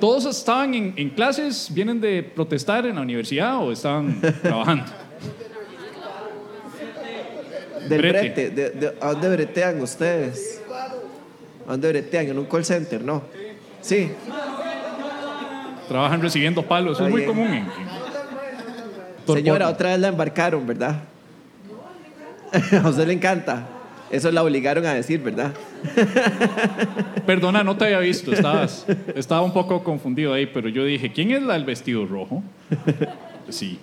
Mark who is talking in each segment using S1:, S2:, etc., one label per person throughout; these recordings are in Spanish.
S1: ¿Todos estaban en, en clases? ¿Vienen de protestar en la universidad o estaban trabajando?
S2: Del
S1: Brete.
S2: brete. de- de- ¿A dónde bretean ustedes? ¿A dónde bretean? En un call center, ¿no? Sí.
S1: Trabajan recibiendo palos. Eso es
S2: Está
S1: muy
S2: bien.
S1: común. en- en-
S2: Señora,
S1: Torporno.
S2: otra vez la embarcaron, ¿verdad? a usted le encanta. Eso la obligaron a decir, ¿verdad?
S1: Perdona, no te había visto. Estabas, estaba un poco confundido ahí, pero yo dije, ¿quién es la del vestido rojo? Sí.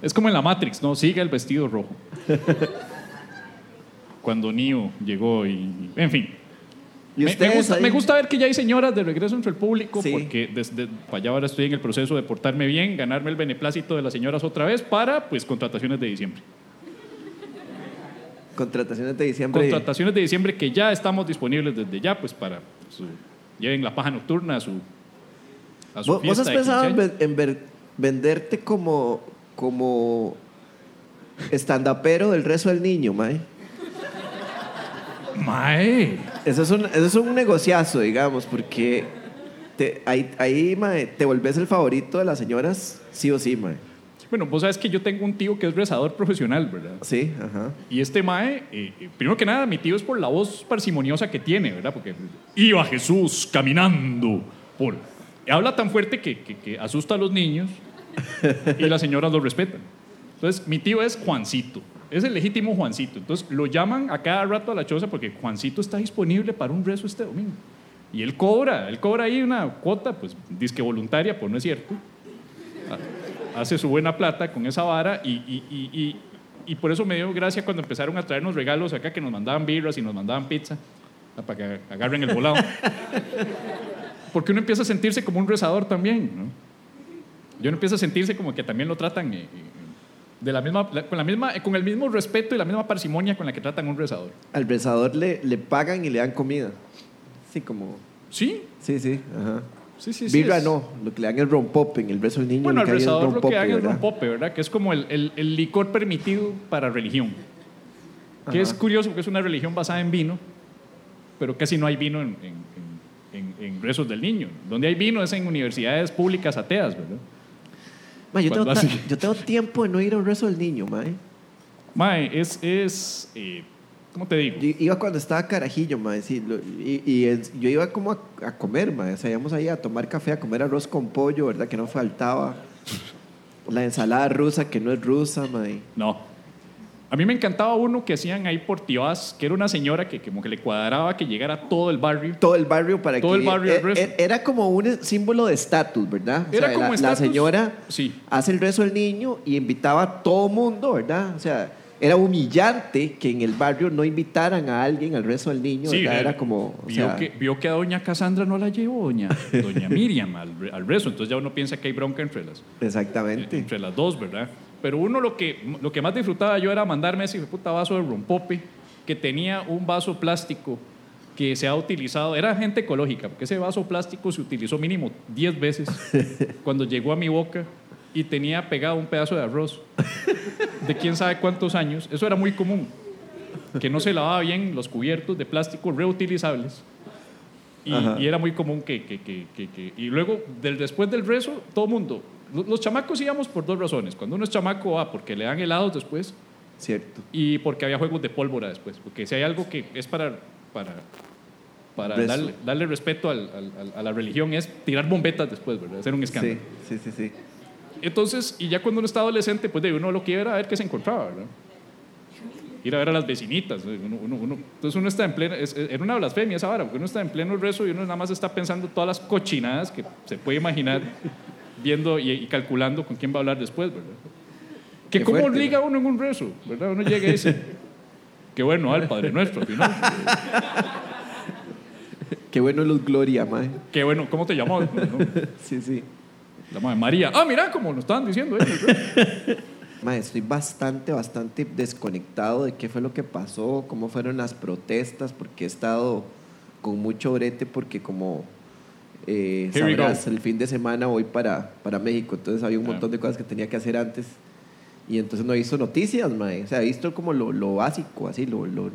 S1: Es como en la Matrix, ¿no? Sigue el vestido rojo. Cuando Neo llegó y... En fin.
S2: Y
S1: Me- me,
S2: ustedes
S1: gusta,
S2: ahí-
S1: me gusta ver que ya hay señoras de regreso entre el público,
S2: Sí.
S1: porque desde para allá ahora estoy en el proceso de portarme bien, ganarme el beneplácito de las señoras otra vez para, pues, contrataciones de diciembre.
S2: Contrataciones de diciembre.
S1: Contrataciones de diciembre que ya estamos disponibles desde ya, pues para su, lleven la paja nocturna a su, a su
S2: ¿Vos, vos
S1: fiesta
S2: has
S1: de
S2: pensado en,
S1: 15 años.
S2: ven- en ver- venderte como, como estandapero del rezo del niño, mae?
S1: Mae,
S2: Eso es un, eso es un negociazo, digamos, porque te, ahí, ahí, mae, te volvés el favorito de las señoras, sí o sí, mae.
S1: Bueno, vos sabes que yo tengo un tío que es rezador profesional, ¿verdad?
S2: Sí, ajá.
S1: Y este Mae, eh, eh, primero que nada, mi tío es por la voz parsimoniosa que tiene, ¿verdad? Porque iba Jesús caminando por... Habla tan fuerte que, que- que asusta a los niños y las señoras lo respetan. Entonces, mi tío es Juancito, es el legítimo Juancito. Entonces, lo llaman a cada rato a la choza porque Juancito está disponible para un rezo este domingo. Y él cobra, él cobra ahí una cuota, pues, disque voluntaria, pues no es cierto hace su buena plata con esa vara y, y- y- y- y por eso me dio gracia cuando empezaron a traernos regalos acá que nos mandaban birras y nos mandaban pizza ah, para que agarren el volado. Porque uno empieza a sentirse como un rezador también, ¿no? Yo uno empieza a sentirse como que también lo tratan eh, eh, de la misma, la- con, la misma, eh, con el mismo respeto y la misma parsimonia con la que tratan a un rezador.
S2: Al rezador le, le pagan y le dan comida. Sí, como.
S1: Sí,
S2: Sí, sí, ajá.
S1: sí, sí. sí
S2: Birra
S1: es-
S2: no, lo que le dan es rompop en el rezo del niño.
S1: Bueno, al
S2: que hay es
S1: rezador lo que
S2: rompope,
S1: dan es
S2: ¿verdad?
S1: rompope, ¿verdad? Que es como el, el- el licor permitido para religión. Que es curioso porque es una religión basada en vino, pero casi no hay vino en, en- en- en- en rezos del niño. Donde hay vino es en universidades públicas ateas, ¿verdad?
S2: Ma, yo, tengo
S1: Cuando
S2: ta-
S1: hace-
S2: yo tengo tiempo de no ir a un rezo del niño, mae.
S1: Mae, es, es eh, ¿cómo te digo?
S2: Yo iba cuando estaba carajillo, mae, sí, lo- y, y es- yo iba como a, a comer, mae. O sea, íbamos ahí a tomar café, a comer arroz con pollo, ¿verdad? Que no faltaba. La ensalada rusa, que no es rusa, mae.
S1: No. A mí me encantaba uno que hacían ahí por Tibás, que era una señora que como que le cuadraba que llegara todo el barrio.
S2: Todo el barrio para
S1: Todo
S2: que...
S1: el barrio
S2: e-
S1: al rezo.
S2: e- Era como un símbolo de estatus, ¿verdad? O
S1: Era
S2: sea,
S1: como
S2: la, la
S1: estatus.
S2: señora
S1: Sí.
S2: hace el rezo del niño y invitaba a todo mundo, ¿verdad? O sea, era humillante que en el barrio no invitaran a alguien al rezo del niño,
S1: Sí,
S2: ¿verdad?
S1: eh,
S2: Era como... o
S1: vio,
S2: sea,
S1: que, vio que a doña Cassandra no la llevó doña, doña Miriam al, re- al rezo, entonces ya uno piensa que hay bronca entre las,
S2: Exactamente.
S1: entre las dos, ¿verdad? Pero uno lo que, lo que más disfrutaba yo era mandarme ese hijo de puta vaso de rompope que tenía un vaso plástico que se ha utilizado, era gente ecológica, porque ese vaso plástico se utilizó mínimo 10 veces cuando llegó a mi boca y tenía pegado un pedazo de arroz de quién sabe cuántos años. Eso era muy común, que no se lavaba bien los cubiertos de plástico reutilizables. Y,
S2: Ajá.
S1: y era muy común que, que- que- que- que- Y luego, del, después del rezo, todo mundo. lo- Los chamacos íbamos por dos razones. Cuando uno es chamaco, va porque le dan helados después
S2: Cierto.
S1: y porque había juegos de pólvora después. Porque si hay algo que es para, para, para
S2: Rezo.
S1: darle, darle respeto al- al- al- a la religión es tirar bombetas después, ¿verdad? Hacer un escándalo.
S2: Sí, sí, sí, sí.
S1: Entonces, y ya cuando uno está adolescente, pues de uno lo que era a ver qué se encontraba, ¿verdad? Ir a ver a las vecinitas. ¿no? Uno- uno- uno- entonces uno está en pleno, es- es- era una blasfemia esa vara, porque uno está en pleno rezo y uno nada más está pensando todas las cochinadas que se puede imaginar, viendo y, y calculando con quién va a hablar después, ¿verdad? Que
S2: Qué
S1: cómo
S2: fuerte,
S1: liga uno en un rezo, ¿verdad? Uno llega y dice, qué bueno, al Padre Nuestro, al final.
S2: Qué bueno Luz Gloria, mae.
S1: Qué bueno, ¿cómo te llamó? ¿No?
S2: Sí, sí.
S1: La madre María. Ah, mira, como lo estaban diciendo. ellos, ¿verdad?
S2: Mae, estoy bastante, bastante desconectado de qué fue lo que pasó, cómo fueron las protestas, porque he estado con mucho brete, porque como eh,
S1: Here we
S2: sabrás,
S1: go.
S2: el fin de semana voy para, para México, entonces había un
S1: Ah.
S2: montón de cosas que tenía que hacer antes Y entonces no hizo noticias, mae. O sea, he visto como lo, lo básico, así, lo, lo,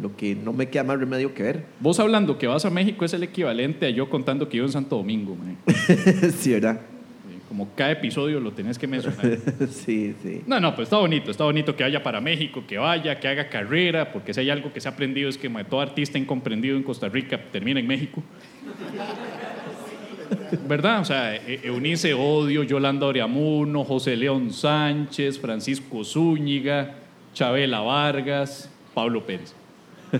S2: lo que no me queda más remedio que ver.
S1: Vos hablando que vas a México es el equivalente a yo contando que yo en Santo Domingo, mae.
S2: sí, ¿verdad?
S1: Eh, Como cada episodio lo tenés que mencionar.
S2: sí, sí.
S1: No, no, pero está bonito, está bonito que vaya para México, que vaya, que haga carrera, porque si hay algo que se ha aprendido es que mae, todo artista incomprendido en Costa Rica termina en México. ¿Verdad? O sea, E- Eunice Odio, Yolanda Oriamuno, José León Sánchez, Francisco Zúñiga, Chabela Vargas, Pablo Pérez.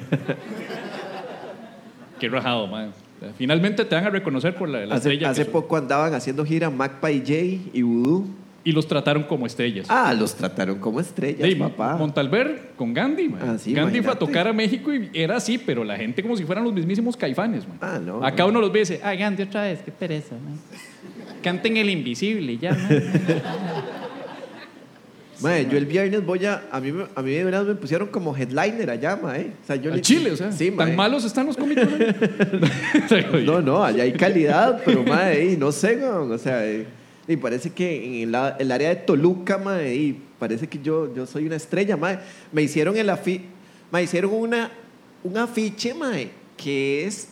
S1: Qué rajado, man. Finalmente te van a reconocer por la, la
S2: Hace,
S1: estrella. que
S2: hace
S1: son.
S2: poco andaban haciendo gira Magpie J y Voodoo.
S1: Y los trataron como estrellas.
S2: Ah, los trataron como estrellas,
S1: Dey,
S2: papá.
S1: Montalver con Gandhi. man.
S2: Ah, sí,
S1: Gandhi fue a
S2: imagínate.
S1: tocar a México y era así, pero la gente como si fueran los mismísimos caifanes. man.
S2: Ah, no,
S1: Acá
S2: no.
S1: uno los ve y dice, "Ay,
S3: Ay, Gandhi otra vez, qué pereza, man. Canten el invisible y ya, man.
S2: Mae, yo el viernes voy a. A mí, me- a mí de verdad me pusieron como headliner allá, mae. O sea, yo
S1: al
S2: le-
S1: Chile, o sea,
S2: Sí,
S1: tan
S2: mae.
S1: malos están los cómicos.
S2: No, no, allá hay calidad, pero mae, y no sé, weón, O sea, eh, y parece que en el, la- el área de Toluca, mae, y parece que yo, yo soy una estrella, mae. Me hicieron el afi me hicieron una, un afiche, mae, que es.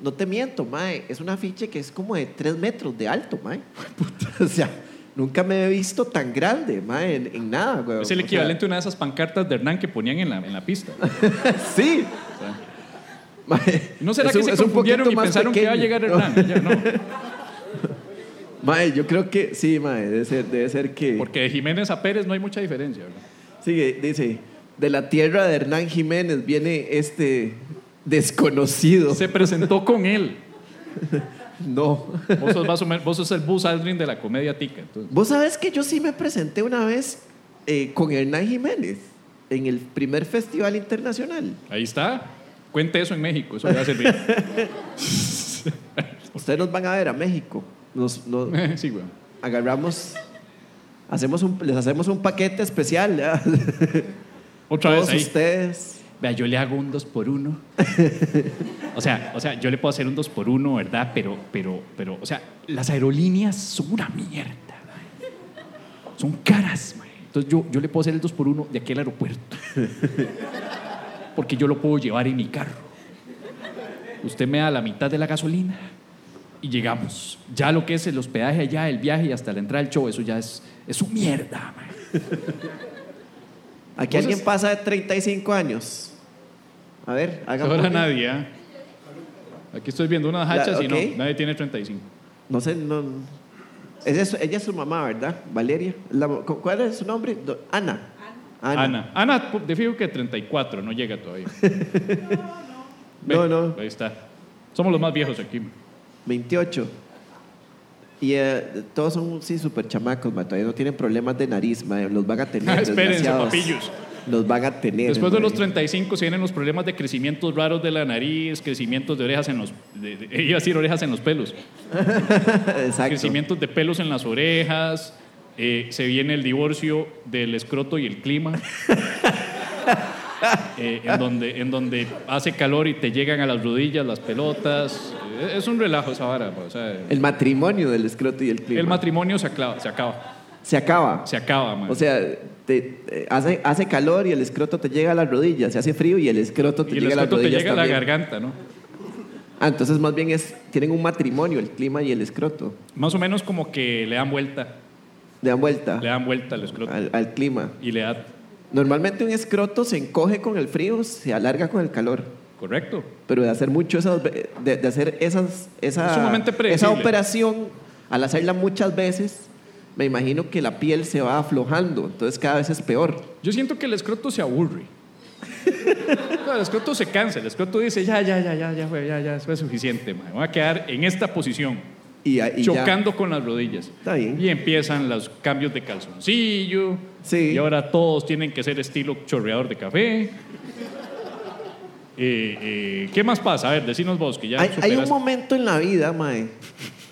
S2: No te miento, mae. Es un afiche que es como de 3 metros de alto, mae. O sea, nunca me he visto tan grande, mae, en, en nada, weón.
S1: Es el
S2: O sea,
S1: equivalente a una de esas pancartas de Hernán que ponían en la, en la pista.
S2: Sí. Mae,
S1: ¿No será que
S2: un-
S1: se
S2: un
S1: confundieron y
S2: poquito más
S1: pensaron que iba a
S2: pequeño.
S1: llegar Hernán? Ya, no.
S2: Mae, yo creo que sí, mae, debe ser, debe ser que.
S1: Porque de Jiménez a Pérez no hay mucha diferencia. ¿verdad?
S2: Sigue, dice, de la tierra de Hernán Jiménez viene este desconocido.
S1: Se presentó con él.
S2: No.
S1: Vos sos, más o menos- vos sos el Buzz Aldrin de la comedia tica. entonces.
S2: Vos sabés que yo sí me presenté una vez eh, con Hernán Jiménez en el primer festival internacional.
S1: Ahí está. Cuente eso en México, eso le va a servir.
S2: Ustedes nos van a ver a México. Nos, nos
S1: sí, güey.
S2: agarramos, hacemos un, les hacemos un paquete especial ¿ah?
S1: Otra
S2: todos
S1: vez ahí.
S2: ustedes.
S1: Vea, yo le hago un 2 por 1 o, sea, o sea, yo le puedo hacer un 2 por 1 ¿verdad? Pero, pero, pero, o sea, las aerolíneas son una mierda. mae. Son caras, mae. Entonces yo, yo le puedo hacer el 2 por 1 de aquí al aeropuerto. Porque yo lo puedo llevar en mi carro. Usted me da la mitad de la gasolina y llegamos. Ya lo que es el hospedaje allá, el viaje y hasta la entrada del show, eso ya es, es su mierda, mae.
S2: Aquí alguien pasa de 35 años. A ver, hagan
S1: Ahora
S2: poco.
S1: nadie, ¿ah? Aquí estoy viendo unas
S2: La-
S1: hachas y
S2: ok.
S1: no, nadie tiene 35.
S2: No sé, no. Ella es, ella es su mamá, ¿verdad? Valeria. La- ¿cu- ¿Cuál es su nombre? Do- Ana.
S1: Ana. Ana, pu- te fijo que 34, no llega todavía. Ve,
S2: No, no.
S1: Ahí está. Somos los más viejos aquí.
S2: 28. Y eh, todos son, sí, súper chamacos, ma, Todavía no tienen problemas de nariz, ma, Los van a tener.
S1: Espérense,
S2: desgraciados.
S1: papillos.
S2: Los van a tener.
S1: Después de
S2: ma.
S1: los 35 se vienen los problemas de crecimientos raros de la nariz, crecimientos de orejas en los... de- de- iba a decir orejas en los pelos.
S2: Exacto.
S1: Crecimientos de pelos en las orejas. eh, se viene el divorcio del escroto y el clima. Eh, en, donde, en donde hace calor y te llegan a las rodillas las pelotas. Eh, es un relajo esa vara. pues, o sea,
S2: El matrimonio del escroto y el clima.
S1: el matrimonio se, aclava- se acaba.
S2: Se acaba.
S1: Se acaba, man.
S2: O sea, te- eh, hace, hace calor y el escroto te llega a las rodillas. Se hace frío y el escroto te
S1: y el
S2: llega a las
S1: escroto te
S2: rodillas.
S1: llega a la
S2: también.
S1: garganta, ¿no?
S2: Ah, entonces más bien es, tienen un matrimonio, el clima y el escroto.
S1: Más o menos como que le dan vuelta.
S2: Le dan vuelta
S1: Le dan vuelta al escroto.
S2: al, al clima.
S1: Y le da.
S2: Normalmente un escroto se encoge con el frío, se alarga con el calor.
S1: Correcto.
S2: Pero de hacer mucho esas, ve- de, de hacer esas,
S1: Es
S2: esa,
S1: sumamente predecible.
S2: esa operación, al hacerla muchas veces, me imagino que la piel se va aflojando, entonces cada vez es peor.
S1: Yo siento que el escroto se aburre. No, el escroto se cansa. El escroto dice: Ya, ya, ya, ya, ya, fue, ya, ya, eso es suficiente, man. Voy a quedar en esta posición,
S2: Y, a- y ya.
S1: chocando con las rodillas.
S2: Está bien.
S1: Y empiezan los cambios de calzoncillo.
S2: Sí.
S1: Y ahora todos tienen que ser estilo chorreador de café. Eh, eh, ¿Qué más pasa? A ver, decinos vos, que ya
S2: Hay, hay un
S1: superaste.
S2: momento en la vida, mae,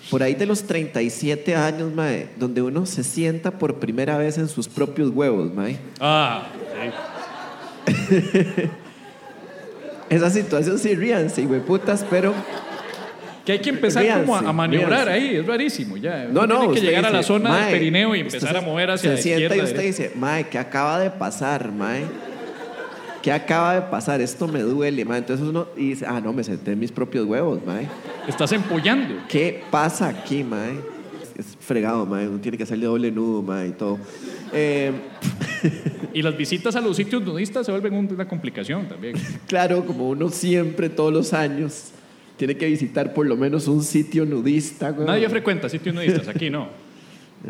S2: por ahí de los 37 años, mae, donde uno se sienta por primera vez en sus propios huevos, mae.
S1: Ah, sí.
S2: Esa situación sí ríanse, putas, pero
S1: Que hay que empezar
S2: Ríanse,
S1: como a, a maniobrar
S2: ríanse.
S1: ahí, es rarísimo ya.
S2: No,
S1: Uno
S2: no,
S1: Tiene que
S2: usted
S1: llegar a la
S2: dice,
S1: zona
S2: "Mae,
S1: del perineo y
S2: usted
S1: empezar
S2: se-
S1: a mover hacia
S2: Se
S1: la
S2: sienta
S1: izquierda.
S2: y usted
S1: derecha.
S2: dice, mae, ¿qué acaba de pasar, mae? ¿Qué acaba de pasar? Esto me duele, mae. Entonces uno y dice, ah, no, me senté en mis propios huevos, mae.
S1: Estás empollando.
S2: ¿Qué pasa aquí, mae? Es fregado, mae. Uno tiene que hacerle doble nudo, mae, y todo. Eh,
S1: Y las visitas a los sitios nudistas se vuelven un- una complicación también.
S2: claro, como uno siempre, todos los años, tiene que visitar por lo menos un sitio nudista, güey.
S1: Nadie frecuenta sitios nudistas, aquí no.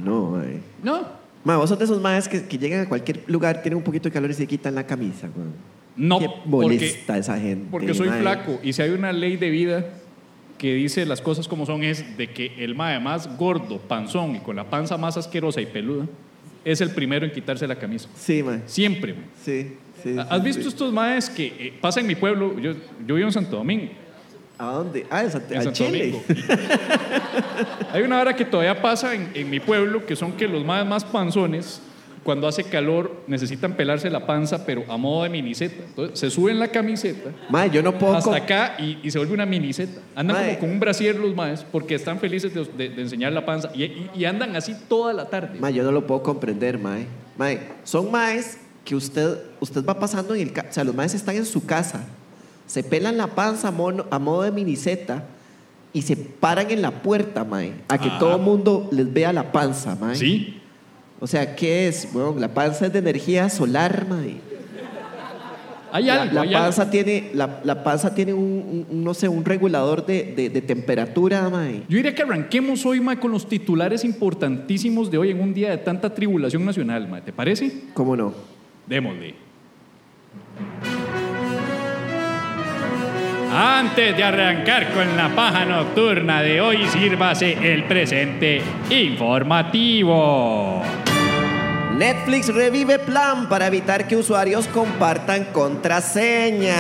S2: No, mae.
S1: No.
S2: Mae, vos sos de esos maes que, que llegan a cualquier lugar, tienen un poquito de calor y se quitan la camisa, güey.
S1: No,
S2: Qué
S1: porque,
S2: molesta esa gente.
S1: porque soy
S2: mae.
S1: flaco. Y si hay una ley de vida que dice las cosas como son, es de que el mae más gordo, panzón y con la panza más asquerosa y peluda es el primero en quitarse la camisa.
S2: Sí, mae.
S1: Siempre. mae.
S2: Sí, sí.
S1: ¿Has
S2: sí,
S1: visto
S2: sí.
S1: estos maes que eh, pasa en mi pueblo? Yo, yo vivo en Santo Domingo.
S2: ¿A dónde? Ah, en Santa-
S1: en
S2: a
S1: Santo
S2: Chile.
S1: Domingo. Hay una hora que todavía pasa en, en mi pueblo, que son que los más, más panzones, cuando hace calor, necesitan pelarse la panza, pero a modo de miniseta. Entonces se suben la camiseta
S2: Mae, yo no puedo.
S1: hasta
S2: com-
S1: acá y, y se vuelve una miniseta. Andan
S2: Mae.
S1: como con un brasier los maes, porque están felices de, de- de enseñar la panza. Y, y- y andan así toda la tarde.
S2: Mae, yo no lo puedo comprender, mae. Mae, eh, son maes que usted, usted va pasando en el. ca- O sea, los maes están en su casa. Se pelan la panza a, mono- a modo de miniseta y se paran en la puerta, mae. A que
S1: Ah.
S2: todo el mundo les vea la panza, mae.
S1: Sí.
S2: O sea, ¿qué es? Bueno, la panza es de energía solar, mae.
S1: Hay
S2: La-
S1: algo,
S2: la,
S1: hay
S2: panza
S1: algo.
S2: tiene, la, la panza tiene un, un- no sé, un regulador de, de- de temperatura, eh. mae.
S1: Yo diría que arranquemos hoy, mae, con los titulares importantísimos de hoy en un día de tanta tribulación nacional, mae. ¿Te parece?
S2: ¿Cómo no?
S1: Démosle. Antes de arrancar con la paja nocturna de hoy, sírvase el presente informativo.
S2: Netflix revive plan para evitar que usuarios compartan contraseña.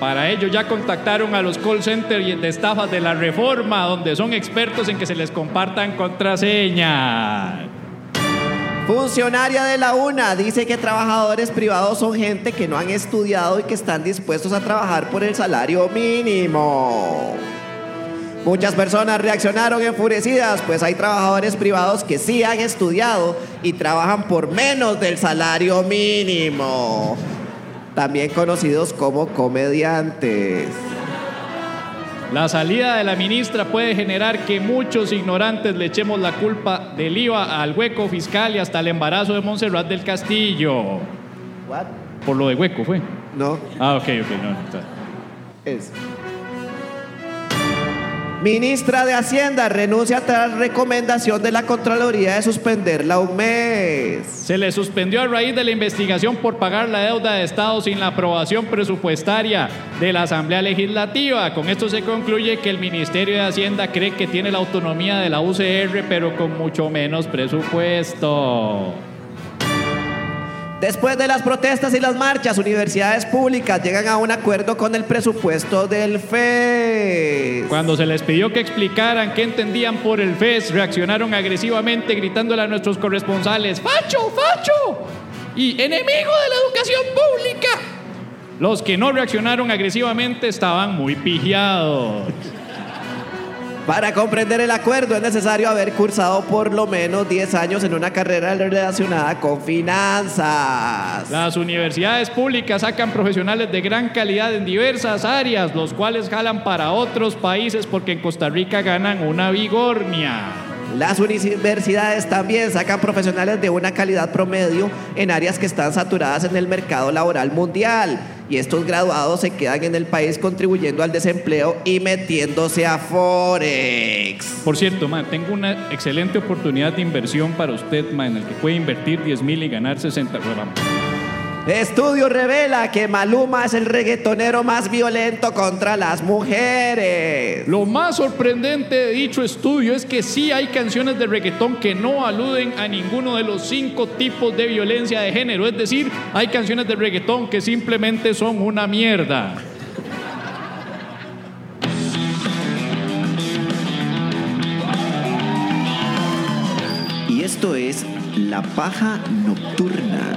S1: Para ello ya contactaron a los call centers y de estafas de la reforma, donde son expertos en que se les compartan contraseñas.
S2: Funcionaria de la UNA dice que trabajadores privados son gente que no han estudiado y que están dispuestos a trabajar por el salario mínimo. Muchas personas reaccionaron enfurecidas, pues hay trabajadores privados que sí han estudiado y trabajan por menos del salario mínimo. También conocidos como comediantes.
S1: La salida de la ministra puede generar que muchos ignorantes le echemos la culpa del IVA al hueco fiscal y hasta el embarazo de Montserrat del Castillo.
S2: What?
S1: Por lo de hueco fue.
S2: No.
S1: Ah, ok, ok, no, no está.
S2: Es. Ministra de Hacienda renuncia tras recomendación de la Contraloría de suspenderla un mes.
S1: Se le suspendió a raíz de la investigación por pagar la deuda de Estado sin la aprobación presupuestaria de la Asamblea Legislativa. Con esto se concluye que el Ministerio de Hacienda cree que tiene la autonomía de la UCR, pero con mucho menos presupuesto.
S2: Después de las protestas y las marchas, universidades públicas llegan a un acuerdo con el presupuesto del FES.
S1: Cuando se les pidió que explicaran qué entendían por el FES, reaccionaron agresivamente gritándole a nuestros corresponsales, ¡Facho, facho! Y enemigo de la educación pública. Los que no reaccionaron agresivamente estaban muy pigiados.
S2: Para comprender el acuerdo es necesario haber cursado por lo menos 10 años en una carrera relacionada con finanzas.
S1: Las universidades públicas sacan profesionales de gran calidad en diversas áreas, los cuales jalan para otros países porque en Costa Rica ganan una vigornia.
S2: Las universidades también sacan profesionales de una calidad promedio en áreas que están saturadas en el mercado laboral mundial. Y estos graduados se quedan en el país contribuyendo al desempleo y metiéndose a Forex.
S1: Por cierto, ma, tengo una excelente oportunidad de inversión para usted, ma, en el que puede invertir 10 mil y ganar 60. Bueno, vamos.
S2: Estudio revela que Maluma es el reggaetonero más violento contra las mujeres.
S1: Lo más sorprendente de dicho estudio es que sí hay canciones de reggaetón que no aluden a ninguno de los cinco tipos de violencia de género. Es decir, hay canciones de reggaetón que simplemente son una mierda.
S2: Y esto es La Paja Nocturna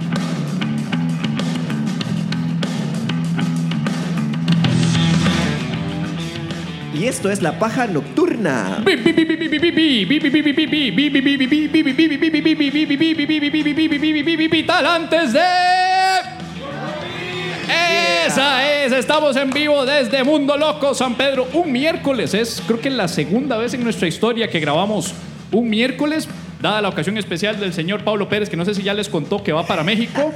S2: Y esto es La Paja Nocturna.
S1: Vital antes de. Esa es, estamos en vivo desde Mundo Loco San Pedro. Un miércoles es, creo que la segunda vez en nuestra historia que grabamos un miércoles, dada la ocasión especial del señor Pablo Pérez, que no sé si ya les contó que va para México.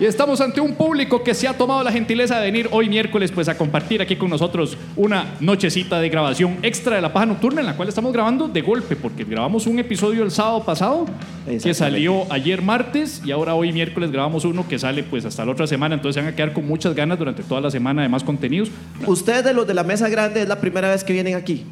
S1: Y estamos ante un público que se ha tomado la gentileza de venir hoy miércoles pues a compartir aquí con nosotros una nochecita de grabación extra de La Paja Nocturna en la cual estamos grabando de golpe porque grabamos un episodio el sábado pasado que
S2: Exactamente.
S1: salió ayer martes y ahora hoy miércoles grabamos uno que sale pues hasta la otra semana entonces se van a quedar con muchas ganas durante toda la semana de más contenidos
S2: Ustedes de los de la mesa grande es la primera vez que vienen aquí.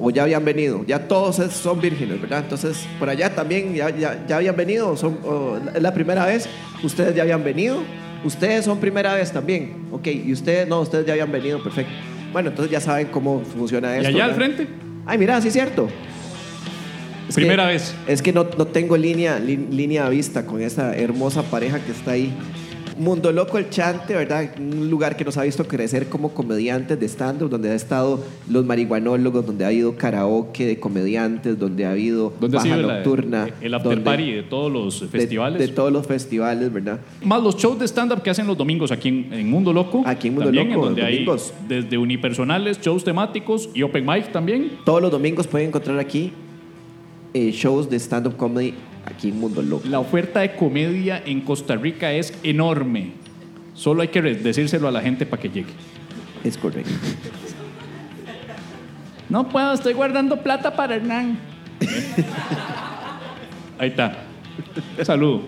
S2: O ya habían venido. Ya todos es- son vírgenes, ¿verdad? Entonces, por allá también ya, ya- ya habían venido. Son, o es la primera vez. Ustedes ya habían venido. Ustedes son primera vez también. Ok. Y ustedes, no, ustedes ya habían venido. Perfecto. Bueno, entonces ya saben cómo funciona
S1: y
S2: esto.
S1: allá al
S2: ¿verdad?
S1: frente
S2: Ay, mira, sí es cierto. Es que-
S1: Primera vez.
S2: Es que no, no tengo línea, li- línea a vista con esa hermosa pareja que está ahí. Mundo Loco El Chante, ¿verdad? Un lugar que nos ha visto crecer como comediantes de stand-up, donde ha estado los marihuanólogos, donde ha habido karaoke de comediantes, donde ha habido
S1: donde ha
S2: baja
S1: sido la-
S2: nocturna.
S1: el after
S2: donde-
S1: party de todos los
S2: de-
S1: festivales
S2: De, todos los festivales, ¿verdad?
S1: Más los shows de stand-up que hacen los domingos aquí en, en Mundo Loco.
S2: Aquí en Mundo Loco,
S1: donde hay
S2: domingos.
S1: desde unipersonales, shows temáticos y open mic también.
S2: Todos los domingos pueden encontrar aquí eh, shows de stand-up comedy aquí en Mundo Loco.
S1: La oferta de comedia en Costa Rica es enorme. Solo hay que re- decírselo a la gente para que llegue.
S2: Es correcto.
S1: No puedo, estoy guardando plata para Hernán. Ahí está. Saludo.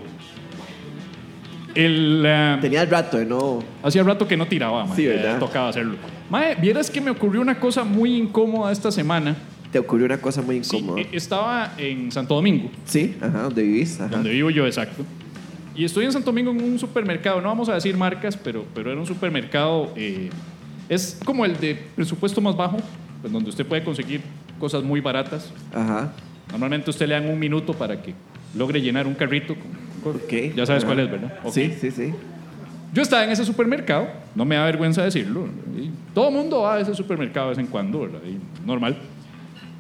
S1: El, eh,
S2: Tenía el rato de no...
S1: Hacía rato que no tiraba, mae.
S2: Sí,
S1: Ya
S2: ¿verdad?
S1: tocaba hacerlo. Mae, vieras que me ocurrió una cosa muy incómoda esta semana.
S2: Te ocurrió una cosa muy
S1: Sí,
S2: incómoda.
S1: eh, estaba en Santo Domingo,
S2: Sí, ajá, donde vivís, ajá.
S1: donde vivo yo, exacto. Y estoy en Santo Domingo en un supermercado, no vamos a decir marcas, pero, pero era un supermercado, eh, es como el de presupuesto más bajo, pues, donde usted puede conseguir cosas muy baratas.
S2: Ajá.
S1: Normalmente a usted le dan un minuto para que logre llenar un carrito. con- con-
S2: Ok.
S1: Ya sabes
S2: Ajá.
S1: cuál es, ¿verdad? Ok.
S2: Sí, sí, sí.
S1: Yo estaba en ese supermercado, no me da vergüenza decirlo. y todo el mundo va a ese supermercado de vez en cuando, ¿verdad? Y normal.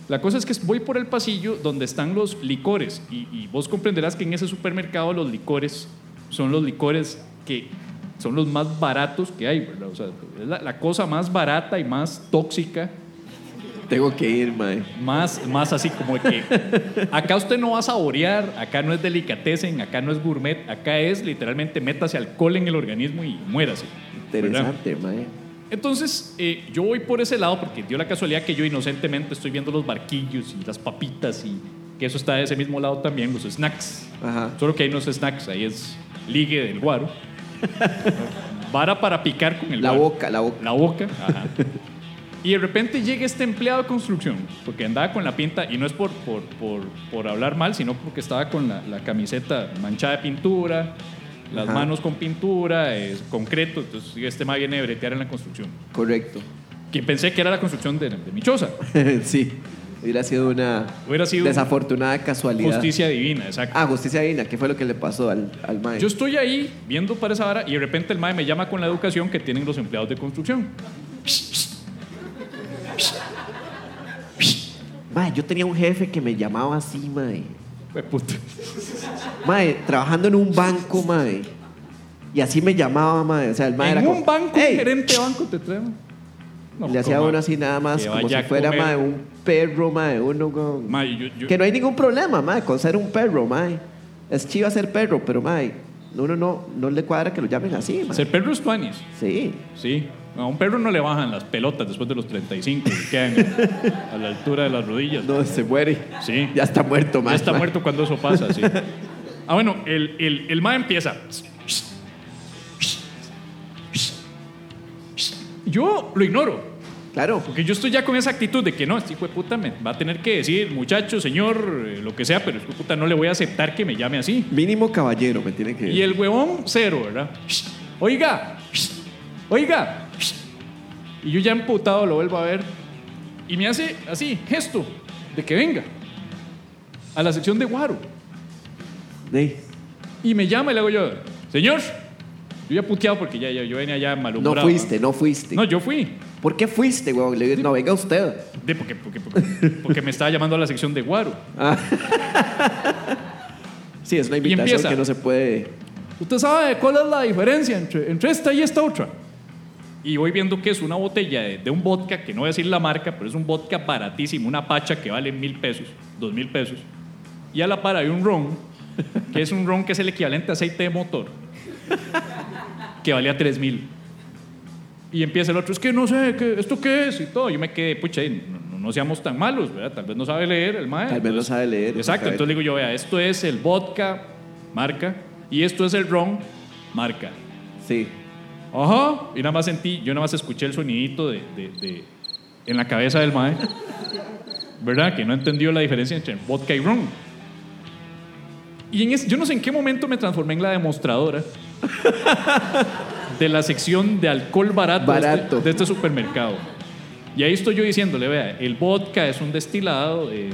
S1: La cosa es que voy por el pasillo donde están los licores y, y vos comprenderás que en ese supermercado los licores son los licores que son los más baratos que hay, ¿verdad? O sea, es la, la cosa más barata y más tóxica,
S2: Tengo que ir, mae.
S1: más, más así como de que acá usted no va a saborear, acá no es delicatessen, acá no es gourmet, acá es literalmente métase alcohol en el organismo y muérase. ¿verdad?
S2: Interesante, mae.
S1: Entonces, eh, yo voy por ese lado porque dio la casualidad que yo inocentemente estoy viendo los barquillos y las papitas y que eso está de ese mismo lado también, los snacks.
S2: Ajá.
S1: Solo que ahí no es snacks, ahí es ligue del guaro. Vara para picar con el
S2: La
S1: guaro.
S2: boca, la boca.
S1: La boca, ajá. Y de repente llega este empleado de construcción, porque andaba con la pinta, y no es por, por, por, por hablar mal, sino porque estaba con la, la camiseta manchada de pintura, las
S2: Ajá.
S1: manos con pintura, es concreto, entonces este más viene de bretear en la construcción.
S2: Correcto.
S1: Que pensé que era la construcción de, de mi choza.
S2: sí. Hubiera sido una
S1: Hubiera sido
S2: desafortunada casualidad.
S1: Justicia divina, exacto.
S2: Ah, justicia divina. ¿Qué fue lo que le pasó al, al mae?
S1: Yo estoy ahí viendo para esa vara y de repente el mae me llama con la educación que tienen los empleados de construcción.
S2: Mae, yo tenía un jefe que me llamaba así, mae.
S1: Hue puta.
S2: Mae, trabajando en un banco, mae. Y así me llamaba, mae. O sea, el mae
S1: En
S2: era
S1: un
S2: como,
S1: banco, un
S2: "Ey".
S1: gerente de banco te traen. No,
S2: Le hacía
S1: coma.
S2: uno así nada más,
S1: Que
S2: como
S1: vaya
S2: si
S1: a
S2: fuera,
S1: comer.
S2: mae, un perro, mae. Uno con...
S1: Mae, yo- yo-
S2: Que no hay ningún problema, mae, con ser un perro, mae. Es chiva ser perro, pero mae, uno no, no le cuadra que lo llamen así, mae.
S1: Ser perro es tuanis.
S2: Sí.
S1: Sí. A un perro no le bajan las pelotas después de los 35. le quedan a la altura de las rodillas.
S2: No, se muere.
S1: Sí.
S2: Ya está muerto, mae.
S1: Ya está
S2: mae.
S1: muerto cuando eso pasa, sí. Ah, bueno, el, el, el mae empieza. Yo lo ignoro,
S2: Claro.
S1: porque yo estoy ya con esa actitud de que no, este hijo de puta me va a tener que decir, muchacho, señor, eh, lo que sea, pero hijo de puta no le voy a aceptar que me llame así.
S2: Mínimo caballero me tiene que...
S1: Y el huevón, cero, ¿verdad? Oiga, oiga, Y yo ya emputado lo vuelvo a ver. Y me hace así, gesto, de que venga a la sección de Guaro.
S2: Ey,
S1: Y me llama y le hago yo, señor. Yo ya puteado porque ya, ya- yo venía ya
S2: no
S1: malhumorado.
S2: fuiste, no fuiste.
S1: No, yo fui.
S2: ¿Por qué fuiste, huevón? Le digo, no, venga usted.
S1: De porque, porque, porque, porque me estaba llamando a la sección de Guaro.
S2: Sí, es una invitación
S1: empieza.
S2: que no se puede.
S1: ¿Usted sabe cuál es la diferencia entre, entre esta y esta otra? Y voy viendo que es una botella de, de un vodka, que no voy a decir la marca, pero es un vodka baratísimo, una pacha que vale mil pesos, dos mil pesos. Y a la par hay un ron, que es un ron que es el equivalente a aceite de motor, que valía tres mil. Y empieza el otro, es que no sé, ¿qué- ¿esto qué es? Y todo. Yo me quedé, pucha, y no, no- no seamos tan malos, ¿verdad? Tal vez no sabe leer el maestro.
S2: Tal vez no sabe leer.
S1: Ah, pues, Exacto,
S2: sabe-
S1: entonces le digo yo, vea, esto es el vodka, marca, y esto es el ron, marca.
S2: Sí.
S1: Ajá, y nada más sentí, yo nada más escuché el sonidito de, de- de- en la cabeza del mae, ¿verdad? Que no entendió la diferencia entre vodka y ron. Y en es- yo no sé en qué momento me transformé en la demostradora de la sección de alcohol barato, de este-
S2: Barato.
S1: De, este, supermercado. Y ahí estoy yo diciéndole, vea, el vodka es un destilado de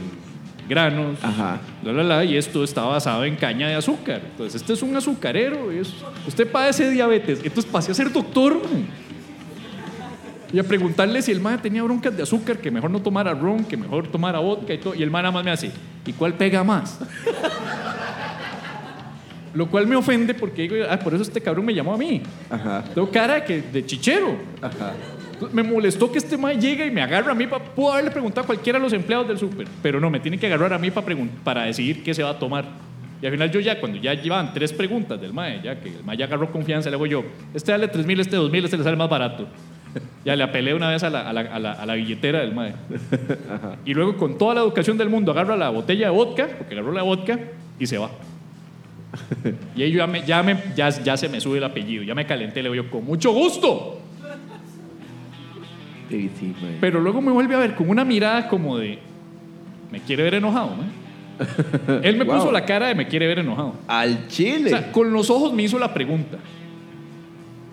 S1: granos,
S2: Ajá.
S1: la, la, la, y esto está basado en caña de azúcar. Entonces, este es un azucarero. es- usted padece diabetes. Entonces, pasé a ser doctor. man. Y a preguntarle si el man tenía broncas de azúcar, que mejor no tomara ron, que mejor tomara vodka y todo. Y el man nada más me hace, ¿y cuál pega más? Lo cual me ofende porque digo, ah, por eso este cabrón me llamó a mí.
S2: Ajá.
S1: Tengo cara que de chichero.
S2: Ajá.
S1: Entonces, Me molestó que este mae llegue y me agarra a mí. Pa, pudo haberle preguntado a cualquiera de los empleados del súper, pero no, me tiene que agarrar a mí pa pregun- para decidir qué se va a tomar. Y al final yo ya, cuando ya llevan tres preguntas del mae, ya que el mae ya agarró confianza, le hago yo, este dale 3.000, este 2.000, este le sale más barato. Ya le apelé una vez a la, a la- a la- a la billetera del mae. Y luego con toda la educación del mundo agarra la botella de vodka, porque agarró la vodka, y se va. Y ahí yo ya, me, ya, me- ya, ya se me sube el apellido, ya me calenté, le digo yo, con mucho gusto.
S2: Sí, sí, mae.
S1: Pero luego me vuelve a ver con una mirada como de. Me quiere ver enojado, ¿no? Él me
S2: Wow.
S1: puso la cara de me quiere ver enojado.
S2: Al
S1: O
S2: chile.
S1: sea, con los ojos me hizo la pregunta.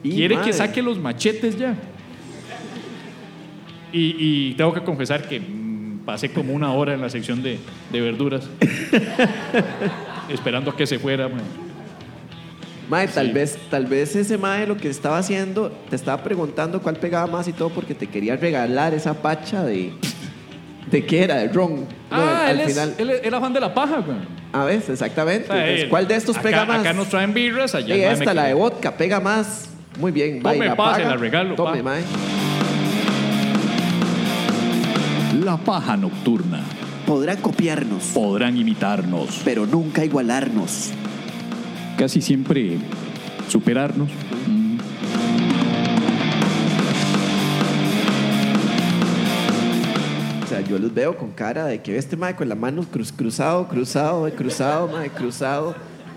S2: Y,
S1: ¿Quiere
S2: mae,
S1: que saque los machetes ya? Y, y tengo que confesar que mm, pasé como una hora en la sección de, de verduras. esperando a que se fuera, man.
S2: Mae, tal
S1: Sí.
S2: vez, tal vez ese mae lo que estaba haciendo, te estaba preguntando cuál pegaba más y todo porque te quería regalar esa pacha de. ¿De qué era? De ron. No,
S1: ah,
S2: al
S1: él,
S2: final.
S1: es, él es- era fan de la paja, güey.
S2: A veces, exactamente.
S1: O sea,
S2: Entonces,
S1: él-
S2: ¿Cuál de estos
S1: acá-
S2: pega más?
S1: Acá nos traen birras, allá.
S2: Sí,
S1: el mae me
S2: esta, la
S1: quiere-
S2: de vodka, pega más. Muy bien,
S1: Tome,
S2: mae,
S1: pa, se
S2: paga.
S1: la regalo,
S2: Tome,
S1: pa.
S2: mae.
S1: La paja nocturna.
S4: Podrá copiarnos,
S1: podrán imitarnos,
S4: pero nunca igualarnos.
S1: casi siempre superarnos.
S2: O sea, yo los veo con cara de que este mae con la mano cruz, cruzado, cruzado, cruzado, mae, cruzado,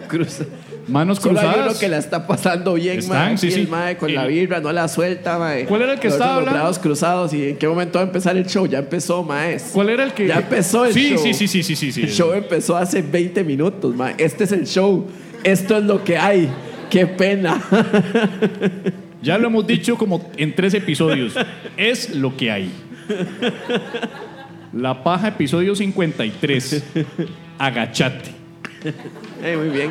S2: cruzado.
S1: Manos
S2: Solo hay uno
S1: cruzadas.
S2: que la está pasando bien,
S1: Están,
S2: mae.
S1: sí,
S2: Aquí el
S1: sí.
S2: mae con la
S1: El-
S2: birra, no la suelta, mae.
S1: ¿Cuál era el que
S2: Los
S1: estaba
S2: otros, los
S1: hablando?
S2: brazos cruzados y en qué momento va a empezar el show. Ya empezó, mae.
S1: ¿Cuál era el que?
S2: Ya empezó el
S1: sí,
S2: show.
S1: Sí, sí, sí, sí, sí, sí.
S2: El show empezó hace 20 minutos, mae. Este es el show. Esto es lo que hay. Qué pena.
S1: Ya lo hemos dicho como en tres episodios. es lo que hay. La paja, episodio 53. Agachate.
S2: Eh, muy bien.